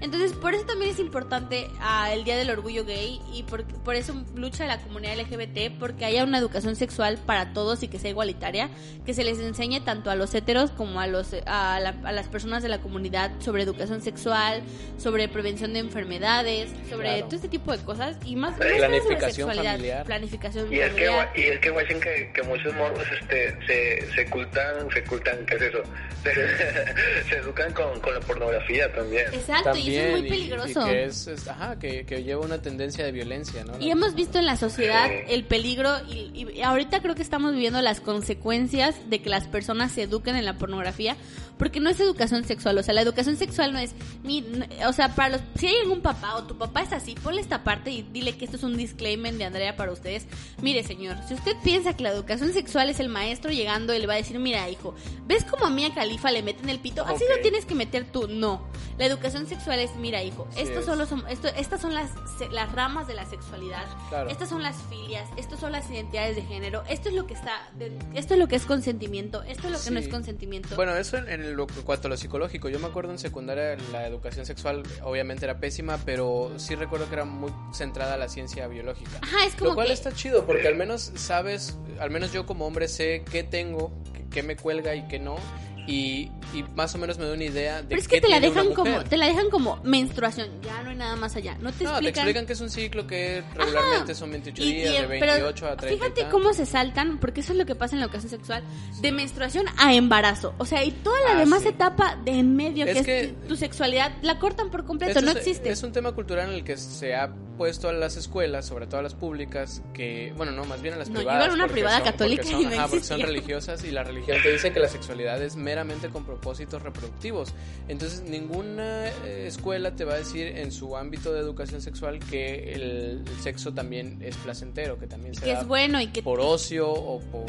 Entonces, por eso también es importante ah, el Día del Orgullo Gay y por, por eso lucha la comunidad LGBT porque haya una educación sexual para todos y que sea igualitaria, que se les enseñe tanto a los heteros como a, los, a, la- a las personas de la comunidad sobre educación sexual, sobre prevención de enfermedades, sobre
Claro.
todo este tipo de cosas y más más
Sí.
que nada sobre
Planificación
sexualidad,
familiar.
planificación
Y es que,
familiar.
gua- y es que guachen que, que muchos morros este, se, se ocultan, se ocultan, ¿qué es eso? *laughs* Se, se educan con, con la pornografía también.
Exacto, y eso es muy peligroso.
Y, que, es, es- ajá, que, que lleva una tendencia de violencia, ¿no?
Y hemos visto en la sociedad el peligro y, y ahorita creo que estamos viviendo las consecuencias de que las personas se eduquen en la pornografía porque no es educación sexual, o sea, la educación sexual no es, mi- n- o sea, para los, si hay algún papá o tu papá es así, ponle esta parte y dile que esto es un disclaimer de Andrea para ustedes. Mire, señor, si usted piensa que la educación sexual es el maestro llegando y le va a decir, mira, hijo, ¿ves cómo a Mia Califa le meten el pito? Así
Ok.
lo tienes que meter tú, no. La educación sexual es, mira, hijo,
Así
estos
es.
son los som- esto- estas son las, se- las ramas de la sexualidad.
Claro.
Estas son las filias, estas son las identidades de género, esto es lo que está, de- esto es lo que es consentimiento, esto es lo que no
Sí.
es consentimiento.
Bueno, eso en, en lo- en cuanto a lo psicológico. Yo me acuerdo en secundaria la educación sexual obviamente era pésima, pero sí recuerdo que era muy centrada a la ciencia biológica.
Ajá, es
Lo
como
cual
que
está chido porque al menos sabes, al menos yo como hombre sé qué tengo, qué- qué me cuelga y qué no. Y, y más o menos me doy una idea de
pero es
qué
que te la
tiene una
dejan
mujer.
como te la dejan como menstruación, ya no hay nada más allá. No te
no,
explican,
te explican que es un ciclo que regularmente son 28
Y-
días,
y-
de
pero
28 a 30.
Fíjate cómo se saltan, porque eso es lo que pasa en la educación sexual, de menstruación a embarazo. O sea, y toda la
Ah,
demás
sí.
etapa de en medio,
Es
que es
que-
tu, tu sexualidad, la cortan por completo,
Esto
no
es-
existe.
Es un tema cultural en el que se ha puesto a las escuelas, sobre todo a las públicas, que, bueno, no, más bien a las
No, yo
privadas.
iba a una
porque
privada
son-
católica
porque
y
son,
no
ajá, porque son
existía.
religiosas y la religión te dice que la sexualidad es meramente con propósitos reproductivos. Entonces, ninguna eh, escuela te va a decir en su ámbito de educación sexual que el, sexo también es placentero, que también se
que
da
es bueno y que
por ocio o por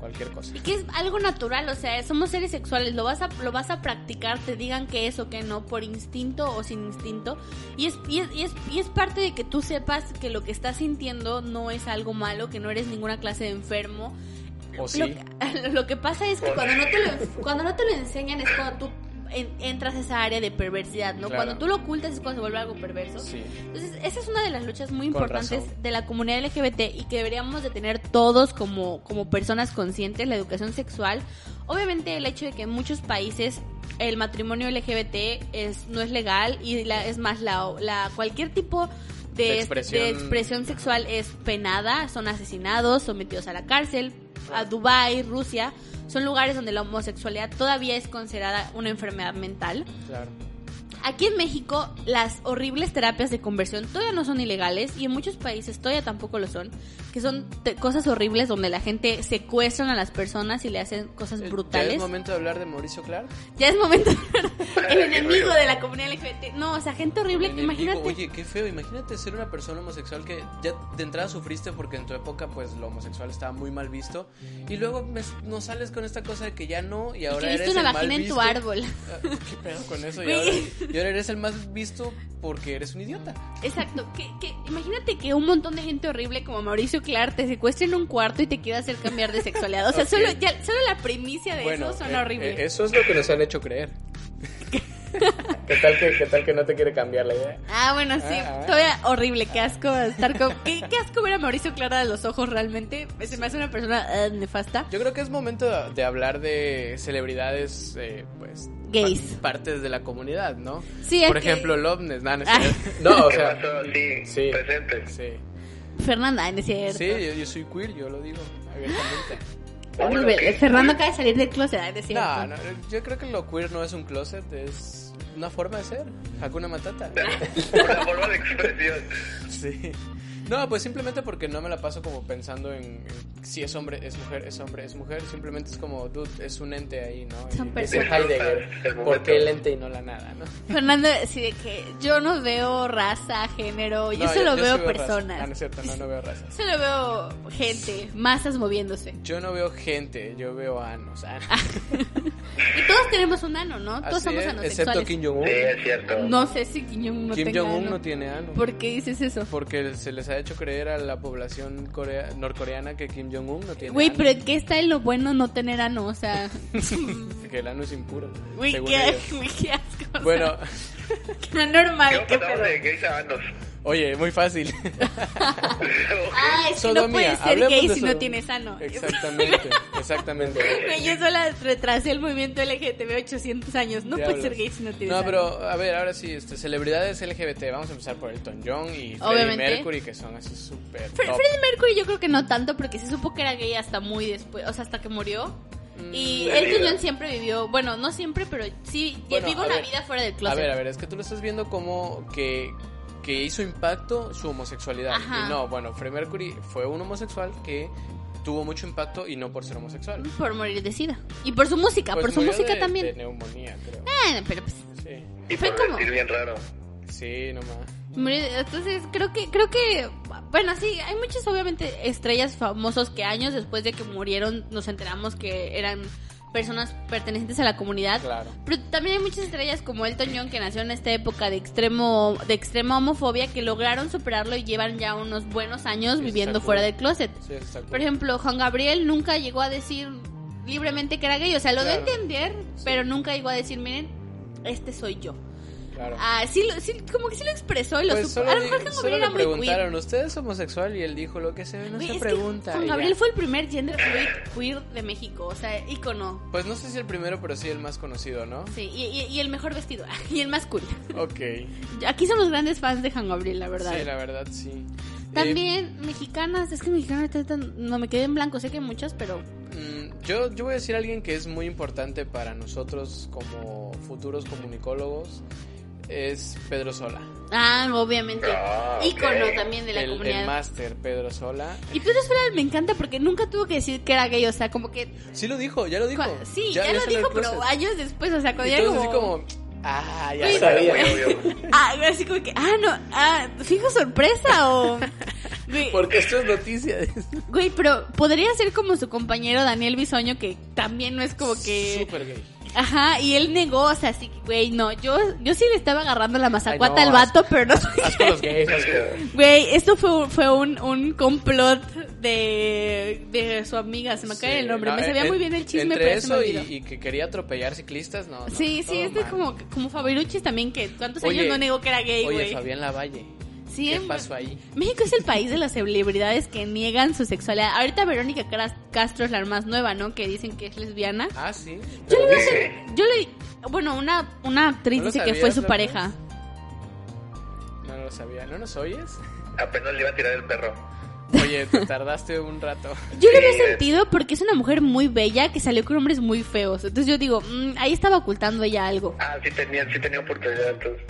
cualquier cosa.
y que es algo natural, o sea, somos seres sexuales, lo vas a, lo vas a practicar, te digan que es o que no, por instinto o sin instinto, y es, y es, y es, y es parte de que tú sepas que lo que estás sintiendo no es algo malo, que no eres ninguna clase de enfermo.
O
Lo,
sí.
que- *laughs* lo que pasa es que cuando no te
*laughs*
lo, cuando no te lo enseñan es cuando tú en- entras a esa área de perversidad, ¿no?
Claro.
Cuando tú lo ocultas es cuando se vuelve algo perverso.
Sí.
Entonces, esa es una de las luchas muy
Con
importantes
razón.
de la comunidad LGBT y que deberíamos de tener todos como, como personas conscientes, la educación sexual. Obviamente el hecho de que en muchos países el matrimonio LGBT es, no es legal y la- es más, la, la- cualquier tipo de,
De expresión.
de expresión sexual es penada, son asesinados, sometidos a la cárcel, a Dubái, Rusia. Son lugares donde la homosexualidad todavía es considerada una enfermedad mental.
Claro. Eh,
Aquí en México las horribles terapias de conversión todavía no son ilegales y en muchos países todavía tampoco lo son, que son te- cosas horribles donde la gente secuestran a las personas y le hacen cosas
Eh, ¿Ya
brutales.
es momento de hablar de Mauricio Clark?
Ya es
*laughs*
momento, el enemigo de la comunidad LGBT. No, o sea, gente horrible,
Enemigo.
imagínate.
Oye, qué feo. Imagínate ser una persona homosexual que ya de entrada sufriste porque en tu época, pues lo homosexual estaba muy mal visto. Y luego me- nos sales con esta cosa de que ya no. Y
y
ahora
que viste
eres
una
el mal
vagina en tu
visto.
árbol.
Ah, ¿Qué pedo con eso? Y
Güey.
ahora, y ahora eres el más visto porque eres un idiota.
Exacto. Que, que- imagínate que un montón de gente horrible como Mauricio Clark te secuestre en un cuarto y te quiera hacer cambiar de sexualidad. O sea,
Ok.
solo, ya- solo la primicia de eso son
eh,
horribles.
eh, eso es lo que nos han
*laughs*
hecho creer.
¿Qué tal que, qué tal que no te quiere cambiar la idea?
Ah, bueno, sí,
Ah, ah.
todavía horrible, qué asco estar con... Qué, qué asco ver a Mauricio Clara de los ojos realmente, se me hace una persona eh, nefasta.
Yo creo que es momento de, de hablar de celebridades, eh, pues.
Gays.
pa- Partes de la comunidad, ¿no?
Sí,
Por
aquí-
ejemplo, Lobnes. Nah, no es
Ah.
cierto.
*laughs*
No, o
¿Qué
sea,
pasó? Sí,
sí.
presentes.
Sí.
Fernanda, no es cierto.
Sí, yo, yo soy queer, yo lo digo abiertamente.
Bueno,
Hola,
ve-
¿qué?
eh,
*laughs*
Fernando acaba de salir del closet, ah, no es cierto.
No, no, yo creo que lo queer no es un closet, es una forma de ser.
*laughs*
Hakuna Matata.
Una forma de expresión.
Sí. No, pues simplemente porque no me la paso como pensando en, en si es hombre, es mujer, es hombre, es mujer. Simplemente es como, dude, es un ente ahí, ¿no?
Son
Y-
personas.
dice Heidegger,
El momento.
¿por qué el ente y no la nada?
Nada, ¿no?
Fernando, sí, de que yo no veo raza, género, yo
No,
solo veo
sí raza.
personas.
Ah, no es cierto, no, no veo razas.
Solo veo gente, masas moviéndose.
Yo no veo gente, yo veo anos. Ah, no.
Y todos tenemos un ano, ¿no? *laughs* Todos
Así
somos
es,
anosexuales.
excepto Kim Jong-un.
Sí, es cierto.
No sé si Kim Jong-un no
Kim
tenga
Jong-un
ano.
no tiene anos.
¿Por qué dices eso?
Porque se les ha hecho creer a la población corea- norcoreana que Kim Jong-un no tiene
Güey,
ano,
pero ¿en ¿qué está en lo bueno no tener ano? O sea,
Que el ano es impuro.
güey,
según
qué,
ellos.
*laughs* güey, qué asco. o sea.
Bueno,
No es normal,
Creo que
qué
estamos
pedo.
de gays a vanos.
Oye,
*laughs*
muy fácil.
Ah, es que no
Sodomía,
puedes ser
hablemos
gay
de
si no
sodomía.
tienes ano.
Exactamente, exactamente.
*laughs* Güey, Yo sola retrasé el movimiento LGTB 800 años. No puedes
Diablos.
ser gay si no tienes
No,
ano.
pero a ver, ahora sí, este, celebridades LGBT. Vamos a empezar por Elton John y Freddie
Obviamente.
Mercury, que son así súper
Fre-
top.
Freddie Mercury yo creo que no tanto porque se supo que era gay hasta muy después, o sea, hasta que murió.
Mm,
Y
la
Elton
vida.
John siempre vivió, bueno, no siempre, pero sí
Bueno,
vivió
a
una
ver.
vida fuera del
A
closet.
ver, a ver, es que tú lo estás viendo como que, que hizo impacto su homosexualidad.
Ajá.
Y no, bueno, Freddie Mercury fue un homosexual que tuvo mucho impacto y no por ser homosexual.
Por morir de sida. Y por su música,
Pues
Ah, por su
murió
música
de-
también.
De neumonía, creo.
Ah, pero pues
Sí,
*laughs* Y
Fue
por
como-
vestir bien raro.
sí, nomás.
Murió- Entonces, creo que, creo que, bueno, sí, hay muchas, obviamente, estrellas famosos que años después de que murieron nos enteramos que eran personas pertenecientes a la comunidad.
Claro.
Pero también hay muchas estrellas como Elton John que nació en esta época de extremo de extrema homofobia que lograron superarlo y llevan ya unos buenos años
Sí, sí,
viviendo
seguro.
fuera del closet.
Sí, eso está cool.
Por ejemplo, Juan Gabriel nunca llegó a decir libremente que era gay, o sea, lo de
Claro.
entender, pero nunca llegó a decir, miren, este soy yo.
Claro.
Ah, sí, lo- sí, como que sí lo expresó y lo
Pues
supo.
solo,
A lo
di-
mejor Juan
solo
Gabriel
le
era muy queer.
preguntaron, ¿usted es homosexual? Y él dijo, lo que se ve no
Güey,
se
es que
pregunta. y
Juan
ya.
Gabriel fue el primer gender fluid queer de México, o sea, ícono.
Pues no sé si el primero, pero sí el más conocido, ¿no?
Sí, y, y- y el mejor vestido, *laughs* y el más cool.
Ok.
Aquí somos grandes fans de Juan Gabriel, la *laughs* verdad.
Sí, la verdad, sí.
También mexicanas, es que mexicanas ahorita no me quedé en blanco, sé que hay muchas, pero
Eh, mm, yo, yo voy a decir a alguien que es muy importante para nosotros como futuros comunicólogos. Es Pedro Sola.
ah, obviamente
Ah, ok.
ícono también de la
el, el
comunidad.
máster Pedro Sola.
Y Pedro Sola me encanta porque nunca tuvo que decir que era gay, o sea, como que
Sí lo dijo, ya lo dijo.
cua- sí, ya, lo
salió
dijo,
del
pero
closet.
años después, o sea, cuando
Y
ya
todos así
como
como, ah, ya
Güey,
sabía.
Muy obvio.
Ah, güey, así como que, ah, no, ah, fijo sorpresa
*laughs*
o... Güey,
Porque esto es noticia.
güey, pero podría ser como su compañero Daniel Bisoño, que también no es como que...
Súper gay.
Ajá, y él negó, o sea, así que, güey, no, yo, yo sí le estaba agarrando la mazacuata
Ay, no,
al vato, pero no... *laughs*
Asco los *laughs* gays, asco.
Güey, esto fue, un- fue un, un complot de, de su amiga, se me cae
Sí,
el nombre,
no, e,
me
en-
sabía muy bien el chisme,
entre
pero se me
eso y,
olvidó.
y que quería atropellar ciclistas, no. no,
Sí, sí,
todo
este
mal.
como, como Fabiruchis también, que cuántos
Oye,
años no negó que era gay,
Oye,
güey.
Fabián Lavalle.
Sí,
¿Qué
em-
pasó ahí?
México es el país de las celebridades que niegan su sexualidad. Ahorita Verónica Cras- Castro es la más nueva, ¿no? Que dicen que es lesbiana.
Ah, sí.
Yo le iba a hacer- yo le- bueno, una, una actriz
¿No lo
dice que fue
sabías,
su
López?
pareja.
No, no lo sabía. ¿No nos oyes?
Apenas le iba a tirar el perro.
*laughs*
Oye, te tardaste un rato.
Yo le
Sí,
veo
es-
sentido porque es una mujer muy bella que salió con hombres muy feos. Entonces yo digo, mm, ahí estaba ocultando ella algo. *laughs*
Ah, sí tenía, sí tenía oportunidad entonces.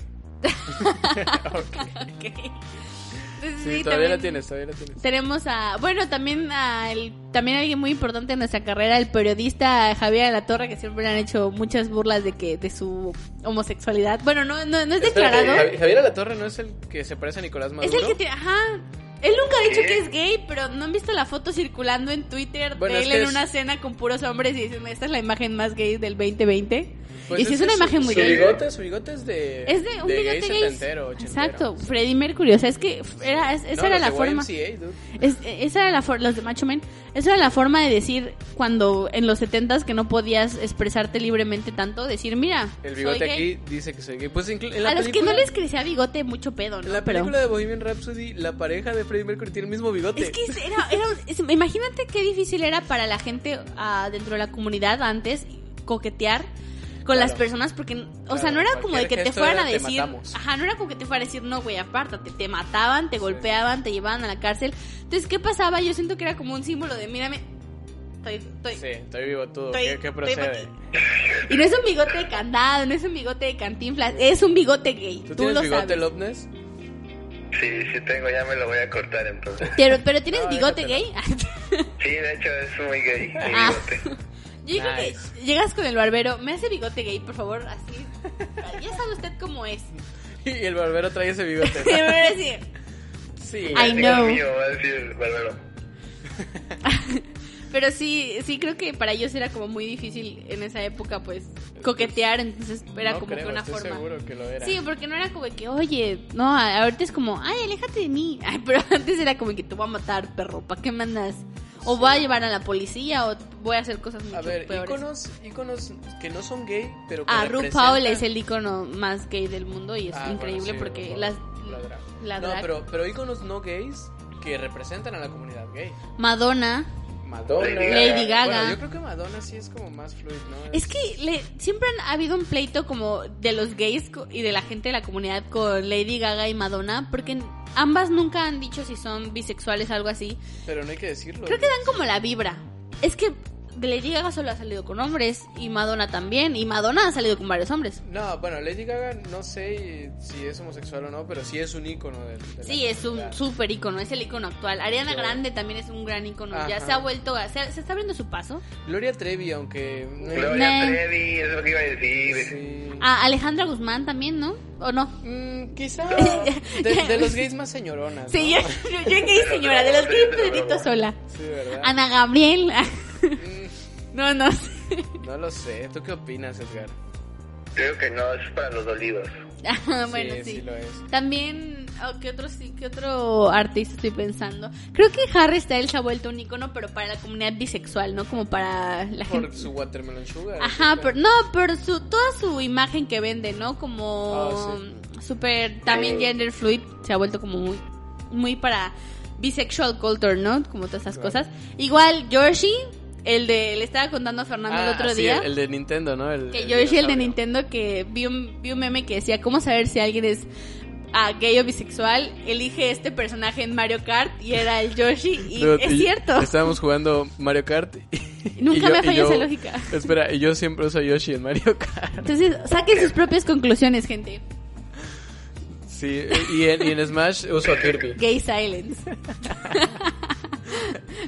Ok. Entonces,
Sí,
sí,
todavía la
también
tienes, todavía la tienes.
Tenemos a, bueno, también a el- también alguien muy importante en nuestra carrera, el periodista Javier de la Torre, que siempre le han hecho muchas burlas de que de su homosexualidad. Bueno, no, no, no es
Espérate,
declarado.
Javi- Javier Alatorre no es el que se parece a Nicolás
Es
Maduro.
el que te, ajá. Él nunca ha dicho
¿Qué?
que es gay, pero no han visto la foto circulando en Twitter
Bueno,
de
es
él
que
en
es-
una cena con puros hombres y dicen, esta es la imagen más gay del 2020.
Pues
y sí, es,
que
una
su-
imagen muy
su
gay.
Bigote, su bigote es Eh, de.
Es de un bigote
gay
gay.
setentero, ochentero.
Exacto, Freddie Mercury, o sea, es que era, es- esa
No,
era
los
la
de
forma.
YMCA, dude.
Es- esa era la for- los de Macho Man, esa era la forma de decir cuando en los 70s que no podías expresarte libremente tanto, decir, mira,
El bigote
soy gay.
aquí dice que soy gay. Pues inclu- en la
A los que no
película-
les crecía bigote mucho pedo, ¿no?
En la
Pero
película de Bohemian Rhapsody, la pareja de Freddie Mercury tiene el mismo bigote.
es que es- era, era- es- imagínate qué difícil era para la gente ah, dentro de la comunidad antes coquetear con
Claro.
las personas porque o sea
Claro,
no era como de
cualquier
que te
gesto
fueran
era,
a
"Te
decir
matamos".
ajá no era como que te fueran a decir no güey apártate te mataban te
Sí.
golpeaban te llevaban a la cárcel entonces qué pasaba yo siento que era como un símbolo de mírame estoy, estoy,
Sí, estoy vivo tú.
Estoy-
¿Qué, qué
estoy
procede?
Y no es un bigote de candado, no es un bigote de cantinflas, es un bigote gay.
¿Tú,
Tú,
tienes
lo
bigote,
sabes.
Lopnes? *laughs*
Sí, sí tengo, ya me lo voy a cortar entonces.
Pero, pero tienes
No,
bigote gay.
déjatelo.
Sí, de hecho es muy gay. mi
Ah.
bigote.
Yo creo
Nice.
que llegas con el barbero, me hace bigote gay, por favor, así. *laughs* Ya sabe usted cómo
*laughs*
es.
Y el barbero trae ese
Y me
bigote.
va a decir,
Sí.
Ay,
Digo,
no.
mío, va a decir el barbero.
Pero sí, sí creo que para ellos era como muy difícil en esa época, pues, coquetear, entonces era
No
como
creo,
que una
estoy
forma.
seguro que lo era.
Sí, porque no era como que, oye, no, *laughs* ahorita es como, ay, aléjate de mí. Ay, pero antes era como que te voy a matar, perro, ¿para qué me andas O voy a llevar a la policía o voy a hacer cosas mucho
A ver,
peores.
íconos, íconos que no son gay, pero que
Ah, RuPaul
representan-
es el icono más gay del mundo y es
Ah, bueno,
increíble
sí,
porque
RuPaul,
las
la drag.
la
No,
drag-
pero, pero íconos no gays que representan a la comunidad gay.
Madonna
Madonna.
Lady Gaga.
Bueno, yo creo que Madonna sí es como más fluid, ¿no?
Es que le- siempre han habido un pleito como de los gays co- y de la gente de la comunidad con Lady Gaga y Madonna, porque ambas nunca han dicho si son bisexuales o algo así.
Pero no hay que decirlo.
Creo que dan como la vibra. Es que Lady Gaga solo ha salido con hombres y Madonna también, y Madonna ha salido con varios hombres.
No, bueno, Lady Gaga no sé si es homosexual o no, pero sí es un ícono del de la
Sí, es un
comunidad.
súper icono, es el icono actual. Ariana
Yo-
Grande también es un gran icono, ya
Ajá.
se ha vuelto, a- se, se está abriendo su paso.
Gloria Trevi, aunque... mm,
Gloria
Nah.
Trevi, es lo que iba a decir.
Sí.
A Alejandra Guzmán también, ¿no? ¿O no? *laughs*
Mm, quizá de, de los gays más señoronas.
Sí, *laughs*
¿no?
yo, yo, yo gay señora, de los gays Pedrito sola.
Sí, ¿verdad?
Ana Gabriel. *laughs*
Mm,
No, no. sé.
no lo sé. ¿Tú qué opinas, Edgar?
Creo que no, es para los dolidos.
Ah, bueno, sí.
lo es.
También, oh, ¿qué otro, sí, qué otro artista estoy pensando? Creo que Harry Styles se ha vuelto un icono, pero para la comunidad bisexual, ¿no? Como para la
Por
gente.
su Watermelon Sugar.
Ajá,
¿sí?
pero no, pero su, toda su imagen que vende, ¿no? Como
Ah,
super también gender fluid, se ha vuelto como muy, muy para bisexual culture, ¿no? Como todas esas
Claro.
cosas. Igual Yoshi, el de, le estaba contando a Fernando
Ah,
el otro
sí,
día.
El, el de Nintendo, ¿no? El,
Que yo decía el de
dinosaurio.
Nintendo que vi un, vi un meme que decía, ¿cómo saber si alguien es ah, gay o bisexual? Elige este personaje en Mario Kart y era el Yoshi y
Dude,
es
y-
cierto.
Estábamos jugando Mario Kart.
*laughs*
y-
Nunca
y yo-
me ha
y
fallado
yo-
esa lógica.
Espera, y yo siempre uso a Yoshi en Mario Kart.
Entonces, saquen
*laughs*
sus propias conclusiones, gente.
Sí, y en, y en Smash uso a Kirby.
Gay
*laughs*
silence.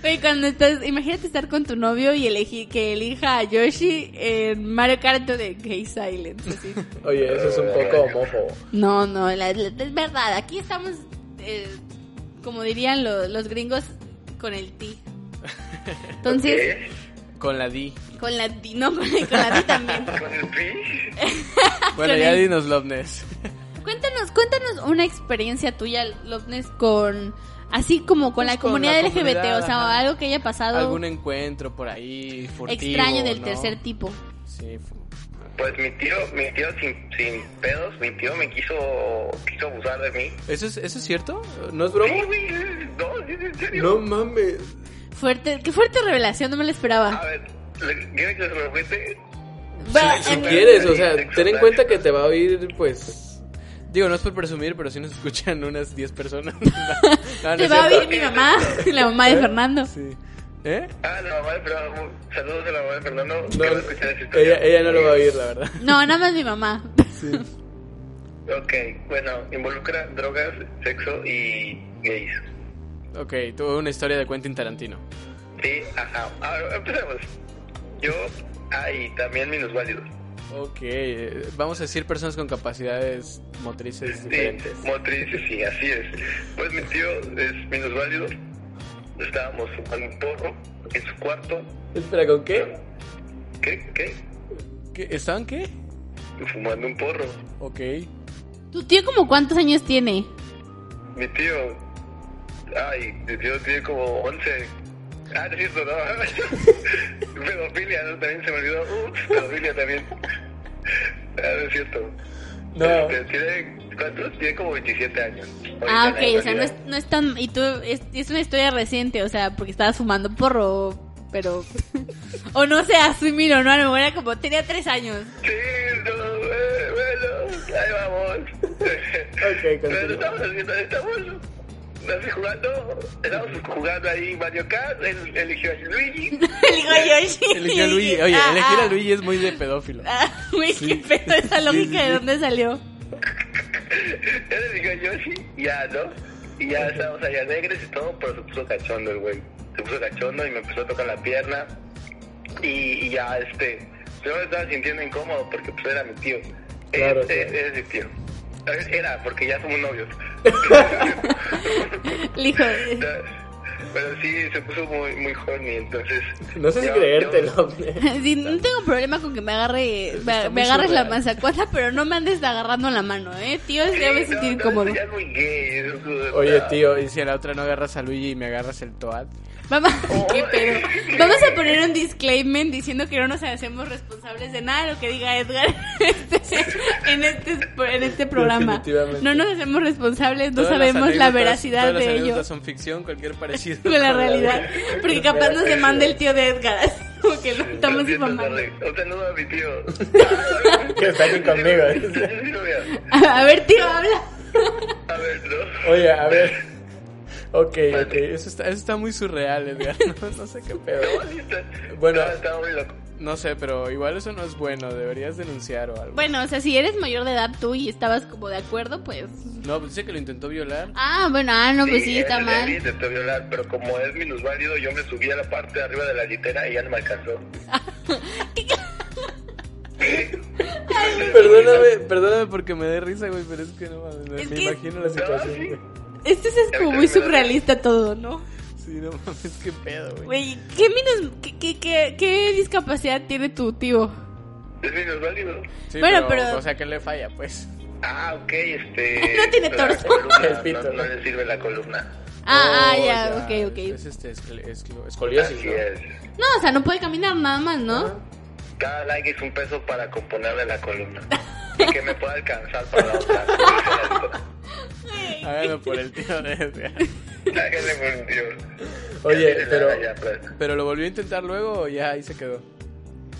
Oye, cuando estás, imagínate estar con tu novio y elegir que elija a Yoshi en Mario Kart de gay silence. así.
Oye, eso es un poco homófobo.
No, no, la- la- es verdad. Aquí estamos, eh, como dirían lo- los gringos, con el ti. Entonces,
¿Qué?
Con
*laughs*
la D.
con la ti, no, con, el- con la ti también.
¿Con el pi?
Bueno,
Ah, Con
ya
el-
dinos Loveness.
Cuéntanos, cuéntanos una experiencia tuya, Lopnes, con, así como con
Pues
la
con
comunidad
la
LGBT,
comunidad,
o sea,
ajá.
algo que haya pasado
Algún encuentro por ahí, furtivo,
extraño del
¿no?
tercer tipo.
Sí, fu-
Pues mi tío, mi tío sin, sin pedos, mi tío me quiso, quiso abusar de mí.
¿Eso es, ¿Eso es cierto? ¿No es
Sí,
broma?
güey, no, es en serio.
No mames.
Fuerte, qué fuerte revelación, no me la
A
esperaba.
ver, ¿le- ¿quieres que se lo cuente?
Va,
Si
em,
quieres, o sea, ten en cuenta que te va a oír, pues.
Digo, no es por presumir, pero sí nos *laughs* escuchan unas 10 personas. *laughs* No, no, no
te
es
va a oír
cierto.
mi mamá, *laughs* la
*laughs*
mamá de Fernando.
Sí. ¿Eh?
Ah, la mamá de Fernando. Saludos a la mamá de Fernando.
No,
que va a escuchar esta historia.
ella, ella no lo va a oír, la
*laughs*
verdad.
No, nada más mi mamá.
Ok, bueno, involucra drogas, sexo y gays.
Ok, tuve una historia de Quentin Tarantino.
Sí, ajá. Ahora empecemos. Yo, ah, y también minusválidos.
Ok, eh, vamos a decir personas con capacidades motrices
Sí,
diferentes.
motrices, sí, así es. Pues mi tío es minusválido. Estábamos fumando un porro en su cuarto.
Espera, ¿con qué?
¿Qué? ¿Qué?
¿Qué- ¿Estaban qué?
Fumando un porro.
Ok.
¿Tu tío como cuántos años tiene?
Mi tío. Ay, mi tío tiene como 11. Ah, no es cierto, no. *laughs* pedofilia, ¿no? También se me olvidó. Ups, pedofilia también. Ah, no es cierto.
No.
Este, tiene, ¿Cuántos? Tiene como 27 años.
Ah,
Ahorita en
ok,
la
o sea, no es,
actualidad.
no es tan... Y tú, es, es una historia reciente, o sea, porque estabas fumando porro,
*laughs*
pero... o no sé, asumir o no, a lo mejor era como, tenía tres años. *laughs*
Sí, no, eh, bueno, ahí vamos.
Ok,
Pero
continúa.
estamos haciendo, estamos no sé, jugando, estamos jugando ahí Mario Kart, él eligió a Luigi.
Eligió a Yoshi.
Eligió a
*laughs*
Luigi. Oye,
Ah,
elegir a
ah.
Luigi es muy de pedófilo.
Ah, Güey, qué pedo esa lógica de dónde salió.
Él eligió a Yoshi, ya, ¿no? Y ya estábamos allá alegres y todo, pero se puso cachondo el güey. Se puso cachondo y me empezó a tocar la pierna. Y, y ya, este, yo me estaba sintiendo incómodo porque pues era mi tío.
Claro,
es, es-
claro.
es mi tío. Era, porque ya somos novios.
El hijo de-
Ya, Pero sí, se puso muy, muy horny, entonces...
No sé si
yo-
creértelo.
*laughs*
*laughs*
Sí, no tengo problema con que me agarre me,
Está
me
muy
agarres la
surreal.
manzacuata, pero no me andes agarrando la mano, ¿eh? Tío,
yo-
ya me
Sí, no,
sentir
no,
incómodo.
Ya es muy gay. eso es-
Oye, tío,
Y si a la otra no agarras a Luigi y me agarras el Toad.
Vamos, qué pedo. Vamos a poner un disclaimer diciendo que no nos hacemos responsables de nada de lo que diga Edgar este- en, este, en este programa.
Definitivamente.
No nos hacemos responsables, no
Todas las
sabemos la
anécdotas-
veracidad
todas las
de ello
anécdotas son ficción, cualquier parecido.
*laughs* con la realidad. Porque capaz nos
realidad.
demanda el tío de Edgar, así como que lo
Lo
estamos
siento,
difamando.
Larry. Un saludo a mi tío.
*laughs* que está aquí conmigo.
Sí, lo veo.
*laughs* A ver, tío, habla.
A ver, ¿no?
Oye, a ver. Ok, ok.
Eso está, eso está muy surreal, Edgar. *laughs* No, no sé qué pedo.
Pero,
Sí, está-
Bueno.
está- está Ah, muy loco.
No sé, pero igual eso no es bueno. Deberías denunciar o algo.
Bueno, o sea, si eres mayor de edad tú y estabas como de acuerdo, pues...
No, pues dice que lo intentó violar.
Ah, bueno, ah, no, pues sí,
él-
está
él
mal.
intentó violar, pero como es minusválido, yo me subí a la parte de arriba de la litera y ya no me
*laughs*
alcanzó.
Perdóname, perdóname porque me dé risa, güey, pero es que no mames. Me,
Es
me
que-
imagino la situación. güey.
Este es como muy surrealista todo, ¿no?
Sí, no mames, qué pedo, güey.
Güey, ¿qué, minus- qué, qué, qué- qué discapacidad tiene tu tío?
Es minusválido.
Sí,
Bueno,
pero,
pero-
O sea, que le falla, pues.
Ah, ok, este.
*laughs* No tiene
la
torso.
columna,
El pito.
no, no le sirve la columna.
Ah, ah,
Oh,
ya, ok, ok.
Es, es este, escle- esclo-
Escoliosis,
Así
¿no?
es.
No, o sea, no puede caminar nada más, ¿no?
Cada like es un peso para componerle la columna. Y que me pueda alcanzar para
*laughs*
la otra. Háganle
Háganlo Ah, por el tío de Edgar.
*laughs* por un tío.
Oye,
Ya tiene la
pero.
edad ya, pues.
Pero lo volvió a intentar luego o ya ahí se quedó.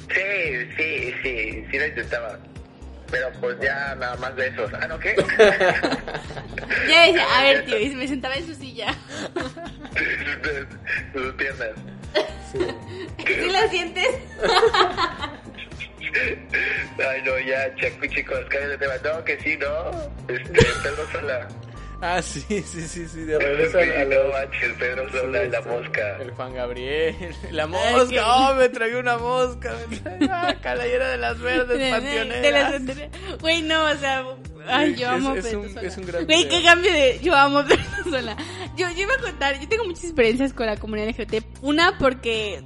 Sí, sí, sí, sí lo intentaba. Pero pues ya nada más de eso. Ah, ¿no qué? *laughs*
Ya decía, a ver, tío, y me sentaba en su
*laughs*
silla.
Sus piernas.
¿Sí la sientes?
Ay, no, ya, chacu, chicos, cállate tema. No, que sí, no. Este, Pedro Sola.
Ah, sí, sí, sí, sí, de
Te
regreso.
regresan a
Sí,
los-
No manches, Pedro Sola y la mosca.
El Juan Gabriel. La
Ay,
mosca.
qué-
Oh, me tragué una mosca. Me tragué ah, calayera de las verdes, panteonera.
De las anteriores. Güey, no, o sea, ay, yo
Es-
amo
es
Pedro
un-
Sola.
es un gran
Güey,
video.
qué cambio de yo amo *laughs* Pedro Sola. Yo, yo iba a contar, yo tengo muchas experiencias con la comunidad LGBT. Una porque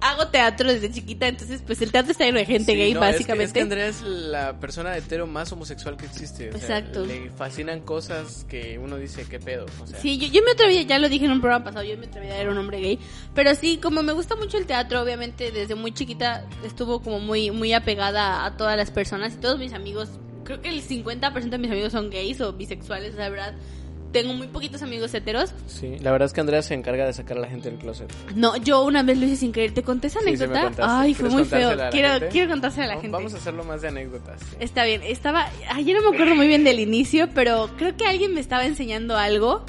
hago teatro desde chiquita, entonces pues el teatro está lleno de gente
Sí,
gay,
no, es que-
básicamente.
Es que, Andrea es la persona hetero más homosexual que existe. o sea,
Exacto.
Le fascinan cosas que uno dice, ¿qué pedo? O sea,
Sí, yo, yo me atreví, ya lo dije en un programa pasado, yo me atreví a ver un hombre gay. Pero sí, como me gusta mucho el teatro, obviamente desde muy chiquita estuvo como muy, muy apegada a todas las personas y todos mis amigos, creo que el 50% de mis amigos son gays o bisexuales, o sea, la verdad. Tengo muy poquitos amigos heteros.
sí, la verdad es que Andrea se encarga de sacar a la gente del closet.
No, yo una vez lo hice sin creer. ¿Te conté esa
Sí, sí me
anécdota?
contaste.
Ay, fue
¿Quieres
muy feo.
contársela a la
Quiero,
gente?
quiero contársela a la gente.
Vamos a hacerlo más de anécdotas. sí.
Está bien, estaba. Ay, yo no me acuerdo muy bien del inicio, pero creo que alguien me estaba enseñando algo.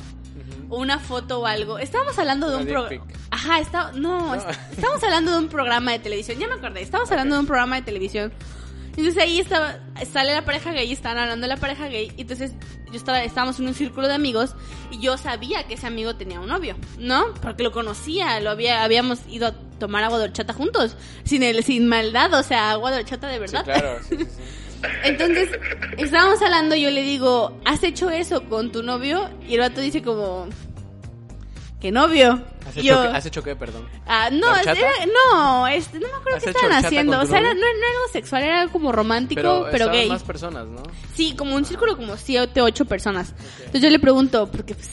o Una foto o algo. Estábamos hablando de
Una
un
dick
programa.
pic.
Ajá, está... no,
No.
est- estábamos hablando de un programa de televisión. Ya me acordé, estábamos hablando de un programa de televisión. Entonces ahí estaba, sale la pareja gay, estaban hablando de la pareja gay. y Entonces yo estaba, estábamos en un círculo de amigos y yo sabía que ese amigo tenía un novio, ¿no? Porque lo conocía, lo había, habíamos ido a tomar agua de horchata juntos, sin el, sin maldad, o sea, agua de horchata de
Sí,
verdad.
claro. sí, sí, sí.
Entonces, estábamos hablando, yo le digo, ¿has hecho eso con tu novio? Y el vato dice como, ¿qué novio?
¿Has,
Y
hecho,
yo,
qué- has hecho qué, perdón?
ah, no,
horchata?
era- no, este, no me acuerdo
¿Has
qué
hecho
estaban
horchata
haciendo.
con
O
tu
sea, era- no,
novio?
no era algo sexual, era algo como romántico, pero,
estaban
gay.
más personas, ¿no?
Sí, como un círculo como siete, ocho personas. Entonces yo le pregunto, porque pues,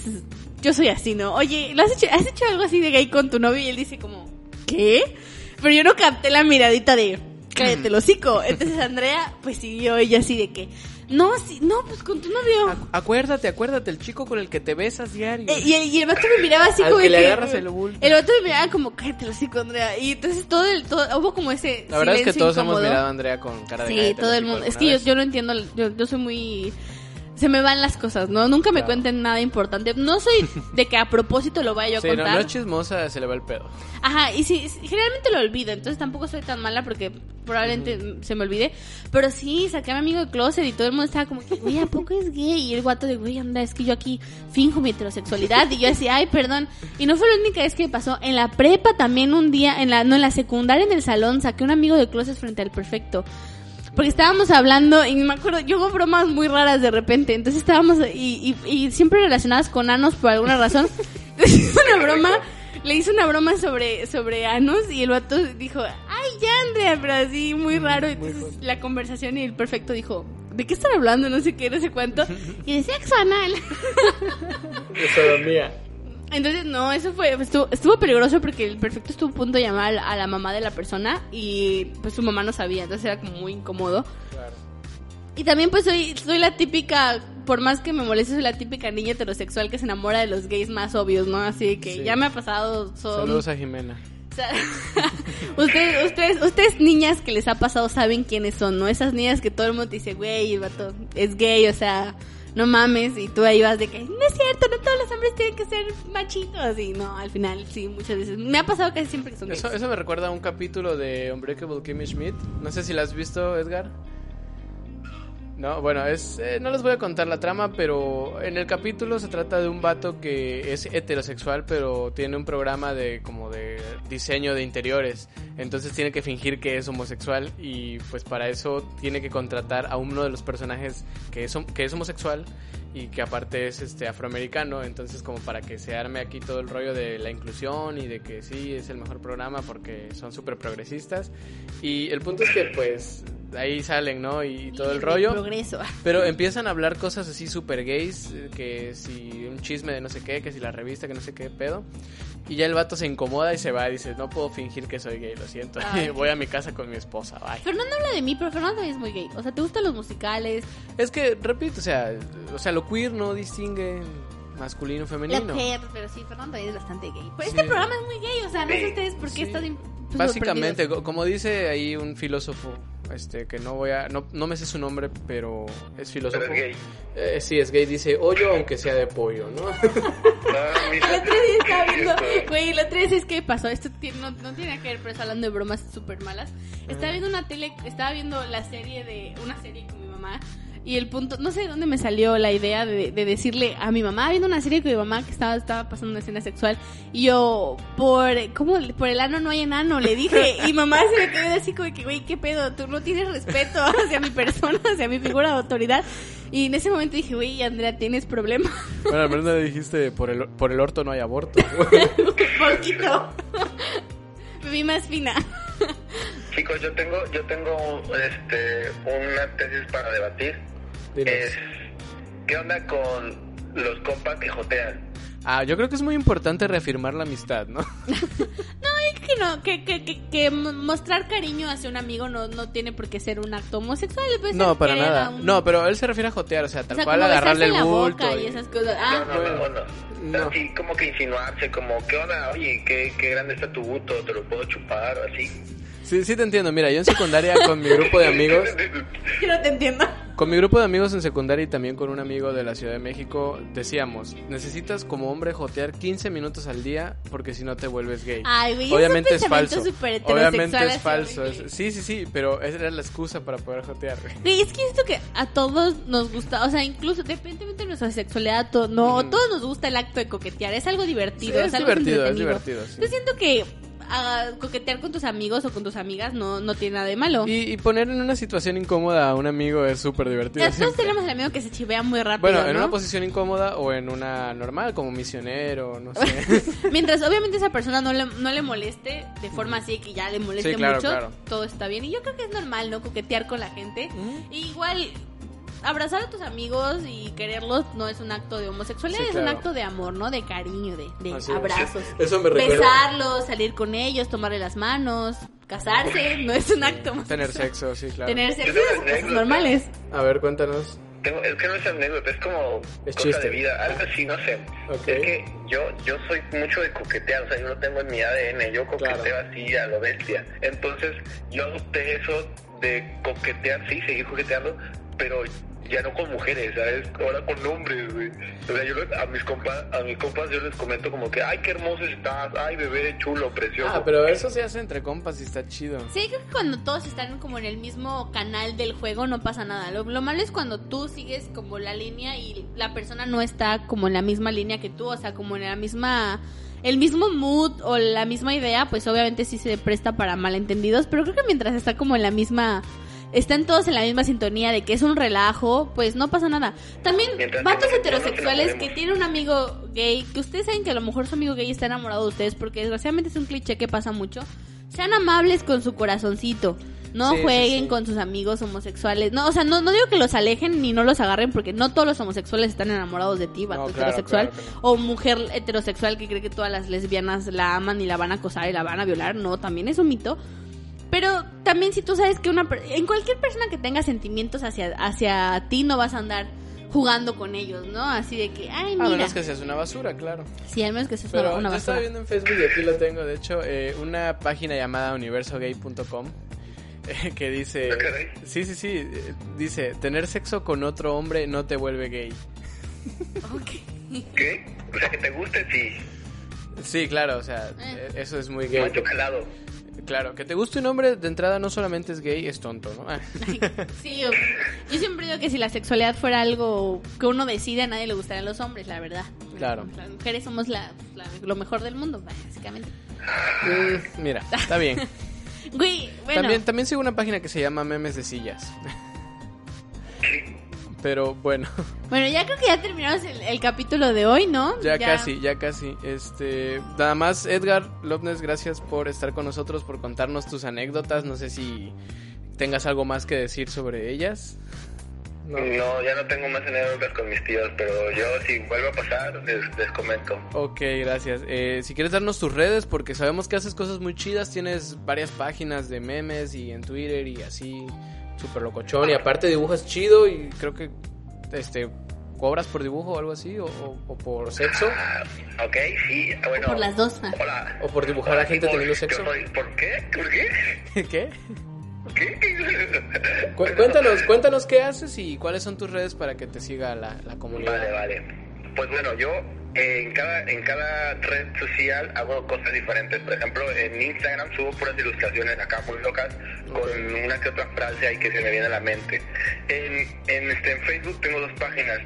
yo soy así, ¿no? Oye, ¿lo has hecho, has hecho algo así de gay con tu novio? Y él dice como, ¿qué? Pero yo no capté la miradita de, cállate el hocico. Entonces Andrea, pues siguió ella así de que, no, sí, no, pues con tu novio.
Acu- Acuérdate, acuérdate, el chico con el que te besas diario.
Eh, Y el, y el vato me miraba así
Al
como
que le
de
agarras el bulto.
el vato me miraba como, cállate el hocico, Andrea. Y entonces todo el, todo, hubo como ese
la verdad es que
silencio
todos hemos
incómodo.
mirado a Andrea con cara de
Sí,
cállate
todo
los
el
hijos
mundo. Es
alguna
que yo,
vez.
yo no entiendo, yo, yo soy muy... Se me van las cosas, ¿no? Nunca me
Claro.
cuenten nada importante. No
*laughs*
soy de que a propósito lo vaya yo a
Sí, no,
contar.
no es chismosa, se le va el pedo.
Ajá, y sí, sí, generalmente lo olvido, entonces tampoco soy tan mala porque probablemente se me olvide. Pero sí, saqué a mi amigo de closet y todo el mundo estaba como que, güey, ¿a poco es gay? Y el guato de, güey, anda, es que yo aquí finjo mi heterosexualidad. Y yo decía, ay, perdón. Y no fue la única vez que me pasó. En la prepa también un día, en la, no, en la secundaria en el salón, saqué a un amigo de closet frente al perfecto. Porque estábamos hablando y me acuerdo, yo hago bromas muy raras *laughs* de repente, entonces estábamos y, y- y siempre relacionadas con anos por alguna razón. Entonces, una una broma, le hizo una broma sobre, sobre Anus y el vato dijo, ay, ya Andrea, pero así muy raro. Entonces la conversación y el perfecto dijo, ¿de qué están hablando? No sé qué, no sé *laughs* cuánto. Y de sexo anal.
De sodomía.
Entonces, no, eso fue, estuvo, estuvo peligroso porque el perfecto estuvo a punto de llamar a la mamá de la persona y pues su mamá no sabía, entonces era como muy incómodo.
Claro.
Y también pues soy, soy la típica, por más que me moleste, soy la típica niña heterosexual que se enamora de los gays más obvios, ¿no? Así que
Sí.
ya me ha pasado, son...
Saludos a Jimena.
o sea, ustedes, ustedes, ustedes niñas que les ha pasado saben quiénes son, ¿no? Esas niñas que todo el mundo te dice, güey, el vato es gay, o sea, no mames, y tú ahí vas de que, no es cierto, no todos los hombres tienen que ser machitos, y no, al final sí, muchas veces, me ha pasado casi siempre que son gays.
Eso, eso me recuerda a un capítulo de Unbreakable Kimmy Schmidt. No sé si la has visto, Edgar. No, bueno, es, eh, no les voy a contar la trama, pero en el capítulo se trata de un vato que es heterosexual, pero tiene un programa de como de diseño de interiores. Entonces tiene que fingir que es homosexual y pues para eso tiene que contratar a uno de los personajes que es, hom- que es homosexual y que aparte es este afroamericano, entonces como para que se arme aquí todo el rollo de la inclusión y de que sí es el mejor programa porque son súper progresistas y el punto es que pues ahí salen, ¿no? Y todo el rollo.
Progreso.
Pero empiezan a hablar cosas así super gays, eh, que si un chisme de no sé qué, que si la revista, que no sé qué pedo. Y ya el vato se incomoda y se va y dice, no puedo fingir que soy gay, lo siento. *laughs*
Ay.
Voy a mi casa con mi esposa, bye.
Fernando habla de mí, pero Fernando también es muy gay. O sea, te gustan los musicales,
Es que, repito, o sea, o sea lo queer no distingue masculino
la
femenino.
mujer, pero sí, Fernando también es bastante gay. Pero
Sí.
este programa es muy gay, o sea, no sé ustedes por qué
Sí.
están... pues,
Básicamente, co- como dice ahí un filósofo, este, que no voy a, no, no me sé su nombre, pero es filósofo.
Pero es gay.
Eh, sí, es gay, dice, hoyo aunque sea de pollo,
*laughs*
¿no?
*laughs*
No,
*laughs* El
mira,
otro día estaba viendo,
esto-
güey, el otro día es que pasó, esto tiene- no, no tiene que ver, pero es hablando de bromas súper malas. Estaba viendo una tele, estaba viendo la serie de, una serie con mi mamá, y el punto, no sé de dónde me salió la idea de, de decirle a mi mamá, viendo una serie con mi mamá que estaba, estaba pasando una escena sexual, y yo, por, ¿cómo? Por el ano no hay enano, le dije, y mamá se me quedó así como de que, güey, qué pedo, tú no tienes respeto *laughs* hacia mi persona, hacia mi figura de autoridad. Y en ese momento dije, güey, Andrea, tienes problemas.
bueno, al menos no le dijiste, por el, por el orto no hay *laughs* aborto.
Poquito. *laughs* Me vi más fina. *laughs*
Chicos, yo tengo, yo tengo este, una tesis para debatir. *laughs*
Dinos.
Es, ¿qué onda con los compas que jotean?
ah, yo creo que es muy importante reafirmar la amistad, ¿no?
Pues Que no, que, que, que, que mo- mostrar cariño hacia un amigo no, no tiene por qué ser un acto homosexual. puede ser
No, para
que era
nada.
un-
No, pero él se refiere a jotear, o sea,
o
tal
sea,
cual
como
agarrarle
besarse
el
la
bulto.
boca y
y-
esas cosas.
No,
Ah,
no, no, no.
No.
Así como que insinuarse, como, ¿qué onda? Oye, ¿qué, qué grande está tu buto, te lo puedo chupar, o así.
Sí, sí te entiendo. Mira, yo en secundaria con mi grupo
*laughs*
de amigos
yo no te entiendo.
Con mi grupo de amigos en secundaria y también con un amigo de la Ciudad de México decíamos, necesitas como hombre jotear 15 minutos al día porque si no te vuelves gay.
Ay, güey, es un
Obviamente es
pensamiento
falso.
súper heterosexual,
Obviamente
así
es falso.
horrible.
es- sí, sí, sí, pero esa era la excusa para poder jotear. güey.
Güey, es que esto que a todos nos gusta, o sea, incluso dependientemente de nuestra sexualidad, to- no, a
Ujú.
todos nos gusta el acto de coquetear, es algo
*laughs*
divertido,
Sí,
es,
es
algo
divertido, es
entretenido.
divertido. sí.
Yo siento que ah, coquetear con tus amigos o con tus amigas no, no tiene nada de malo.
Y, y poner en una situación incómoda a un amigo es súper divertido.
Nosotros
siempre.
tenemos el amigo que se chivea muy rápido.
Bueno, en
¿no?
una *laughs* posición incómoda o en una normal, como misionero, no sé.
*laughs*
*laughs*
Mientras obviamente esa persona no le, no le moleste de forma así que ya le moleste
Sí, claro,
mucho,
claro. Mm.
todo está bien. Y yo creo que es normal, ¿no? Coquetear con la gente. Y igual, abrazar a tus amigos y quererlos no es un acto de homosexualidad,
Sí,
es un
claro.
acto de amor, ¿no? De cariño, de, de
Así es.
abrazos.
Eso me recuerda.
Besarlos, salir con ellos, tomarle las manos, casarse, no es un acto homosexual.
Tener sexo, sí, claro.
Tener sexo,
Tener
esas cosas
sexo.
normales.
A ver, cuéntanos.
Tengo- es que no es anécdota, es como
Es
cosa
chiste.
de vida, algo así, no sé.
Ok.
Es que yo, yo soy mucho de coquetear, o sea, yo lo tengo en mi ADN, yo coqueteo
Claro.
así a lo bestia. Entonces, yo adopté eso de coquetear, sí, seguir coqueteando, pero ya no con mujeres, ¿sabes? Ahora con hombres, güey. O sea, yo lo- a mis compas, a mis compas yo les comento como que, ay, qué hermoso estás, ay, bebé, chulo, precioso.
Ah, pero eso se hace entre compas y está chido. Ah,
Sí, creo que cuando todos están como en el mismo canal del juego no pasa nada. Lo, lo malo es cuando tú sigues como la línea y la persona no está como en la misma línea que tú, o sea, como en la misma el mismo mood o la misma idea, pues obviamente sí se presta para malentendidos, pero creo que mientras está como en la misma están todos en la misma sintonía de que es un relajo, pues no pasa nada. También
Mientras
vatos
no nos
heterosexuales que
enamoremos.
tienen un amigo gay, que ustedes saben que a lo mejor su amigo gay está enamorado de ustedes, porque desgraciadamente es un cliché que pasa mucho, sean amables con su corazoncito. No
Sí, sí,
jueguen
sí.
con sus amigos homosexuales. No, o sea, no, no digo que los alejen ni no los agarren, porque no todos los homosexuales están enamorados de ti, vato
No, claro,
heterosexual.
claro que
O mujer heterosexual que cree que todas las lesbianas la aman y la van a acosar y la van a violar. No, también es un mito. Pero también si tú sabes que una per- en cualquier persona que tenga sentimientos hacia hacia ti no vas a andar jugando con ellos, ¿no? Así de que, ay,
A
mira.
menos Ah, que seas una basura, claro.
Sí, al menos que seas
Pero
una, una
yo estaba
basura.
viendo en Facebook y aquí lo tengo, de hecho, eh, una página llamada universogay.com eh, que dice...
Ah, caray.
Sí, sí, sí, eh, dice, tener sexo con otro hombre no te vuelve gay.
¿Qué? O sea, que te guste, sí.
Sí, claro, o sea,
Eh.
eh, eso es muy gay.
Macho calado.
Claro, que te guste un hombre de entrada no solamente es gay, es tonto, ¿no? Ah,
*laughs* Sí, yo, yo siempre digo que si la sexualidad fuera algo que uno decide, a nadie le gustaría a los hombres, la verdad.
Claro.
Las mujeres somos la- la- lo mejor del mundo, básicamente.
mm, Mira, está
*laughs*
bien.
Güey, bueno.
También, también sigo una página que se llama Memes de Sillas. Pero bueno,
Bueno, ya creo que ya terminamos el, el capítulo de hoy, ¿no?
ya, casi, ya casi. Este, nada más, Edgar López, gracias por estar con nosotros, por contarnos tus anécdotas. No sé si tengas algo más que decir sobre ellas.
No.
No, ya no tengo más anécdotas con mis tíos, pero yo si vuelvo a pasar, les, les comento.
Ok, gracias. Eh, si quieres darnos tus redes, porque sabemos que haces cosas muy chidas, tienes varias páginas de memes y en Twitter y así, súper locochón.
Y
Y aparte
aparte dibujas chido y...
creo que este cobras por dibujo o algo así o, o- o por sexo
¿Ok? Sí, ah, bueno.
Por las dos. ah.
Hola.
O por dibujar a gente
Por-
teniendo
yo
sexo.
soy- ¿Por qué? ¿Por qué?
*laughs* qué
¿Qué?
Cu- cuéntanos cuéntanos qué haces y cuáles son tus redes para que te siga la, la
Vale,
comunidad
vale. Pues bueno, yo eh, en cada en cada red social hago cosas diferentes. Por ejemplo, en Instagram subo puras ilustraciones acá muy locas con una que otra frase ahí que se me viene a la mente. En, en, este, en Facebook tengo dos páginas.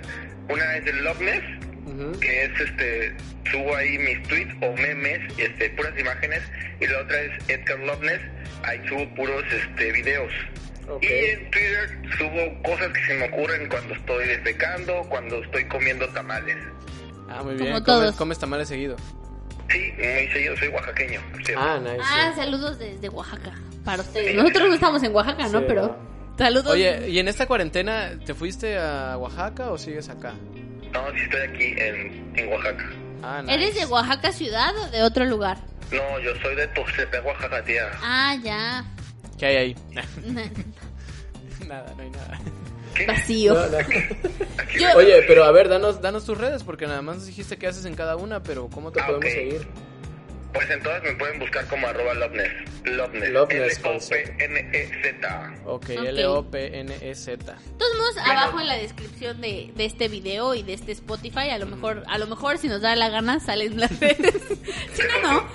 Una es de Loveness,
Ujú.
que es este subo ahí mis tweets o memes, este puras imágenes, y la otra es Edgar Loveness, ahí subo puros este videos.
Ok.
Y en Twitter subo cosas que se me ocurren cuando estoy defecando, cuando estoy comiendo tamales.
ah
Como
muy bien
todos.
comes, comes tamales seguido
Sí, muy seguido, soy oaxaqueño. sí.
Ah, nice.
Ah, saludos desde Oaxaca. Para ustedes. Nosotros no estamos en Oaxaca, ¿no?
Sí,
Pero saludos.
oye Eh, y en esta cuarentena te fuiste a Oaxaca o sigues acá
No, sí estoy aquí en, en Oaxaca.
ah nice.
¿Eres de Oaxaca ciudad o de otro lugar?
No, yo soy de Tuxtepec, Oaxaca, tía.
Ah,
*laughs*
ya.
qué hay ahí nada no hay nada
Vacío.
No, no.
Aquí
Yo-
ven.
Oye, pero a
a
ver,
ver danos danos tus redes porque nada más dijiste qué haces en cada una pero cómo te
¿dónde
Ah,
podemos
ok.
seguir?
Pues en todas me pueden buscar como arroba Loveness. Loveness.
Loveness, con Z.
E L-O-P-N-E-Z.
Ok,
Ok.
L O P N E Z
De todos modos, abajo en la descripción de, de este video y de este Spotify,
Mm.
a lo mejor, a lo mejor si nos da la gana, salen las redes.
*laughs*
si no, no.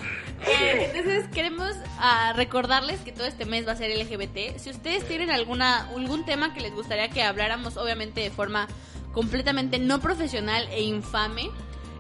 Eh, entonces queremos ah, recordarles que todo este mes va a ser LGBT. Si ustedes tienen alguna, algún tema que les gustaría que habláramos, obviamente de forma completamente no profesional e infame.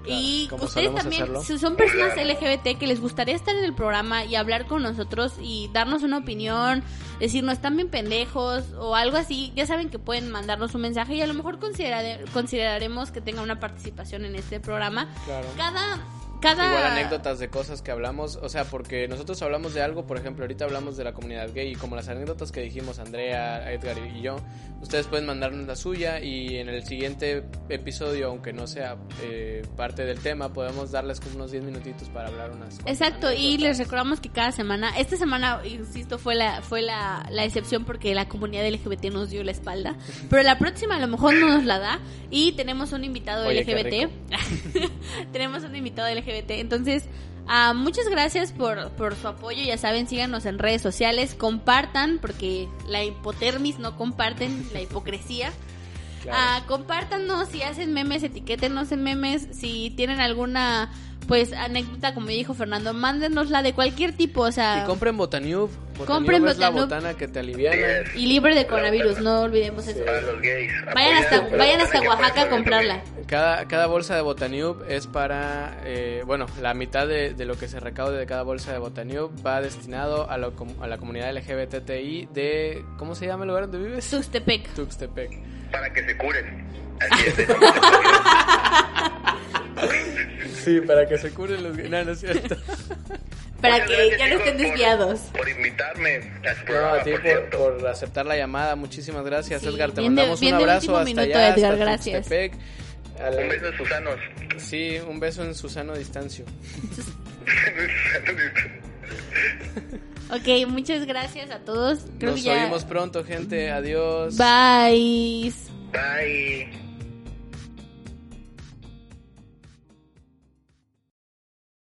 y
como
ustedes
solemos
también,
hacerlo.
si son personas LGBT que les gustaría estar en el programa y hablar con nosotros y darnos una opinión, decirnos están bien pendejos o algo así, ya saben que pueden mandarnos un mensaje y a lo mejor considerare- consideraremos que tenga una participación en este programa.
claro
Cada, cada
Igual anécdotas de cosas que hablamos, o sea, porque nosotros hablamos de algo, por ejemplo, ahorita hablamos de la comunidad gay y como las anécdotas que dijimos Andrea, Edgar y yo, ustedes pueden mandarnos la suya y en el siguiente episodio, aunque no sea eh, parte del tema, podemos darles como unos 10 minutitos para hablar unas cosas.
Exacto, y les recordamos que cada semana, esta semana, insisto, fue la fue la, la excepción porque la comunidad LGBT nos dio la
*laughs*
espalda, pero la próxima a lo mejor no nos la da y tenemos un invitado
Oye, qué
LGBT. *laughs* tenemos un invitado LGBT, entonces ah, muchas gracias por, por su apoyo, ya saben, síganos en redes sociales, compartan porque la hipotermis no comparten, la hipocresía. Ah, compártanos si hacen memes, etiquétenos en memes, si tienen alguna pues anécdota como dijo Fernando, mándenosla de cualquier tipo, o sea,
Y compren Botanube,
Compren
es la
Botanub.
botana que te aliviana.
Sí,
Y libre de coronavirus, no olvidemos eso.
para los gays.
Este, Vayan hasta,
Apoyen,
vayan hasta
que
Oaxaca
apoyen
a comprarla.
Cada, cada bolsa de Botaniub es para, eh, bueno, la mitad de, de lo que se recaude de cada bolsa de Botaniub va destinado a, lo com- a la comunidad LGBTI de, ¿cómo se llama el lugar donde vives?
Sustepec.
Tuxtepec.
Para que se curen.
*laughs*
Así es.
Sí, para que se curen los... No, no es *laughs* cierto.
Para
Muchas
que
gracias,
ya no
chicos,
estén
por-
desviados.
Por invitarme a su
No,
programa,
a ti
por
por,
cierto.
por aceptar la llamada. Muchísimas gracias,
Sí,
Edgar. Te
bien de-
mandamos
bien
un
de
abrazo
último
hasta
minuto,
allá,
Edgar,
hasta
gracias.
Tuxtepec. A la-
Un beso de Susanos. *laughs*
sí, un beso en su sano distancio.
Ok, muchas gracias a todos. Creo
Nos
que ya.
oímos pronto, gente. Adiós.
Bye.
Bye.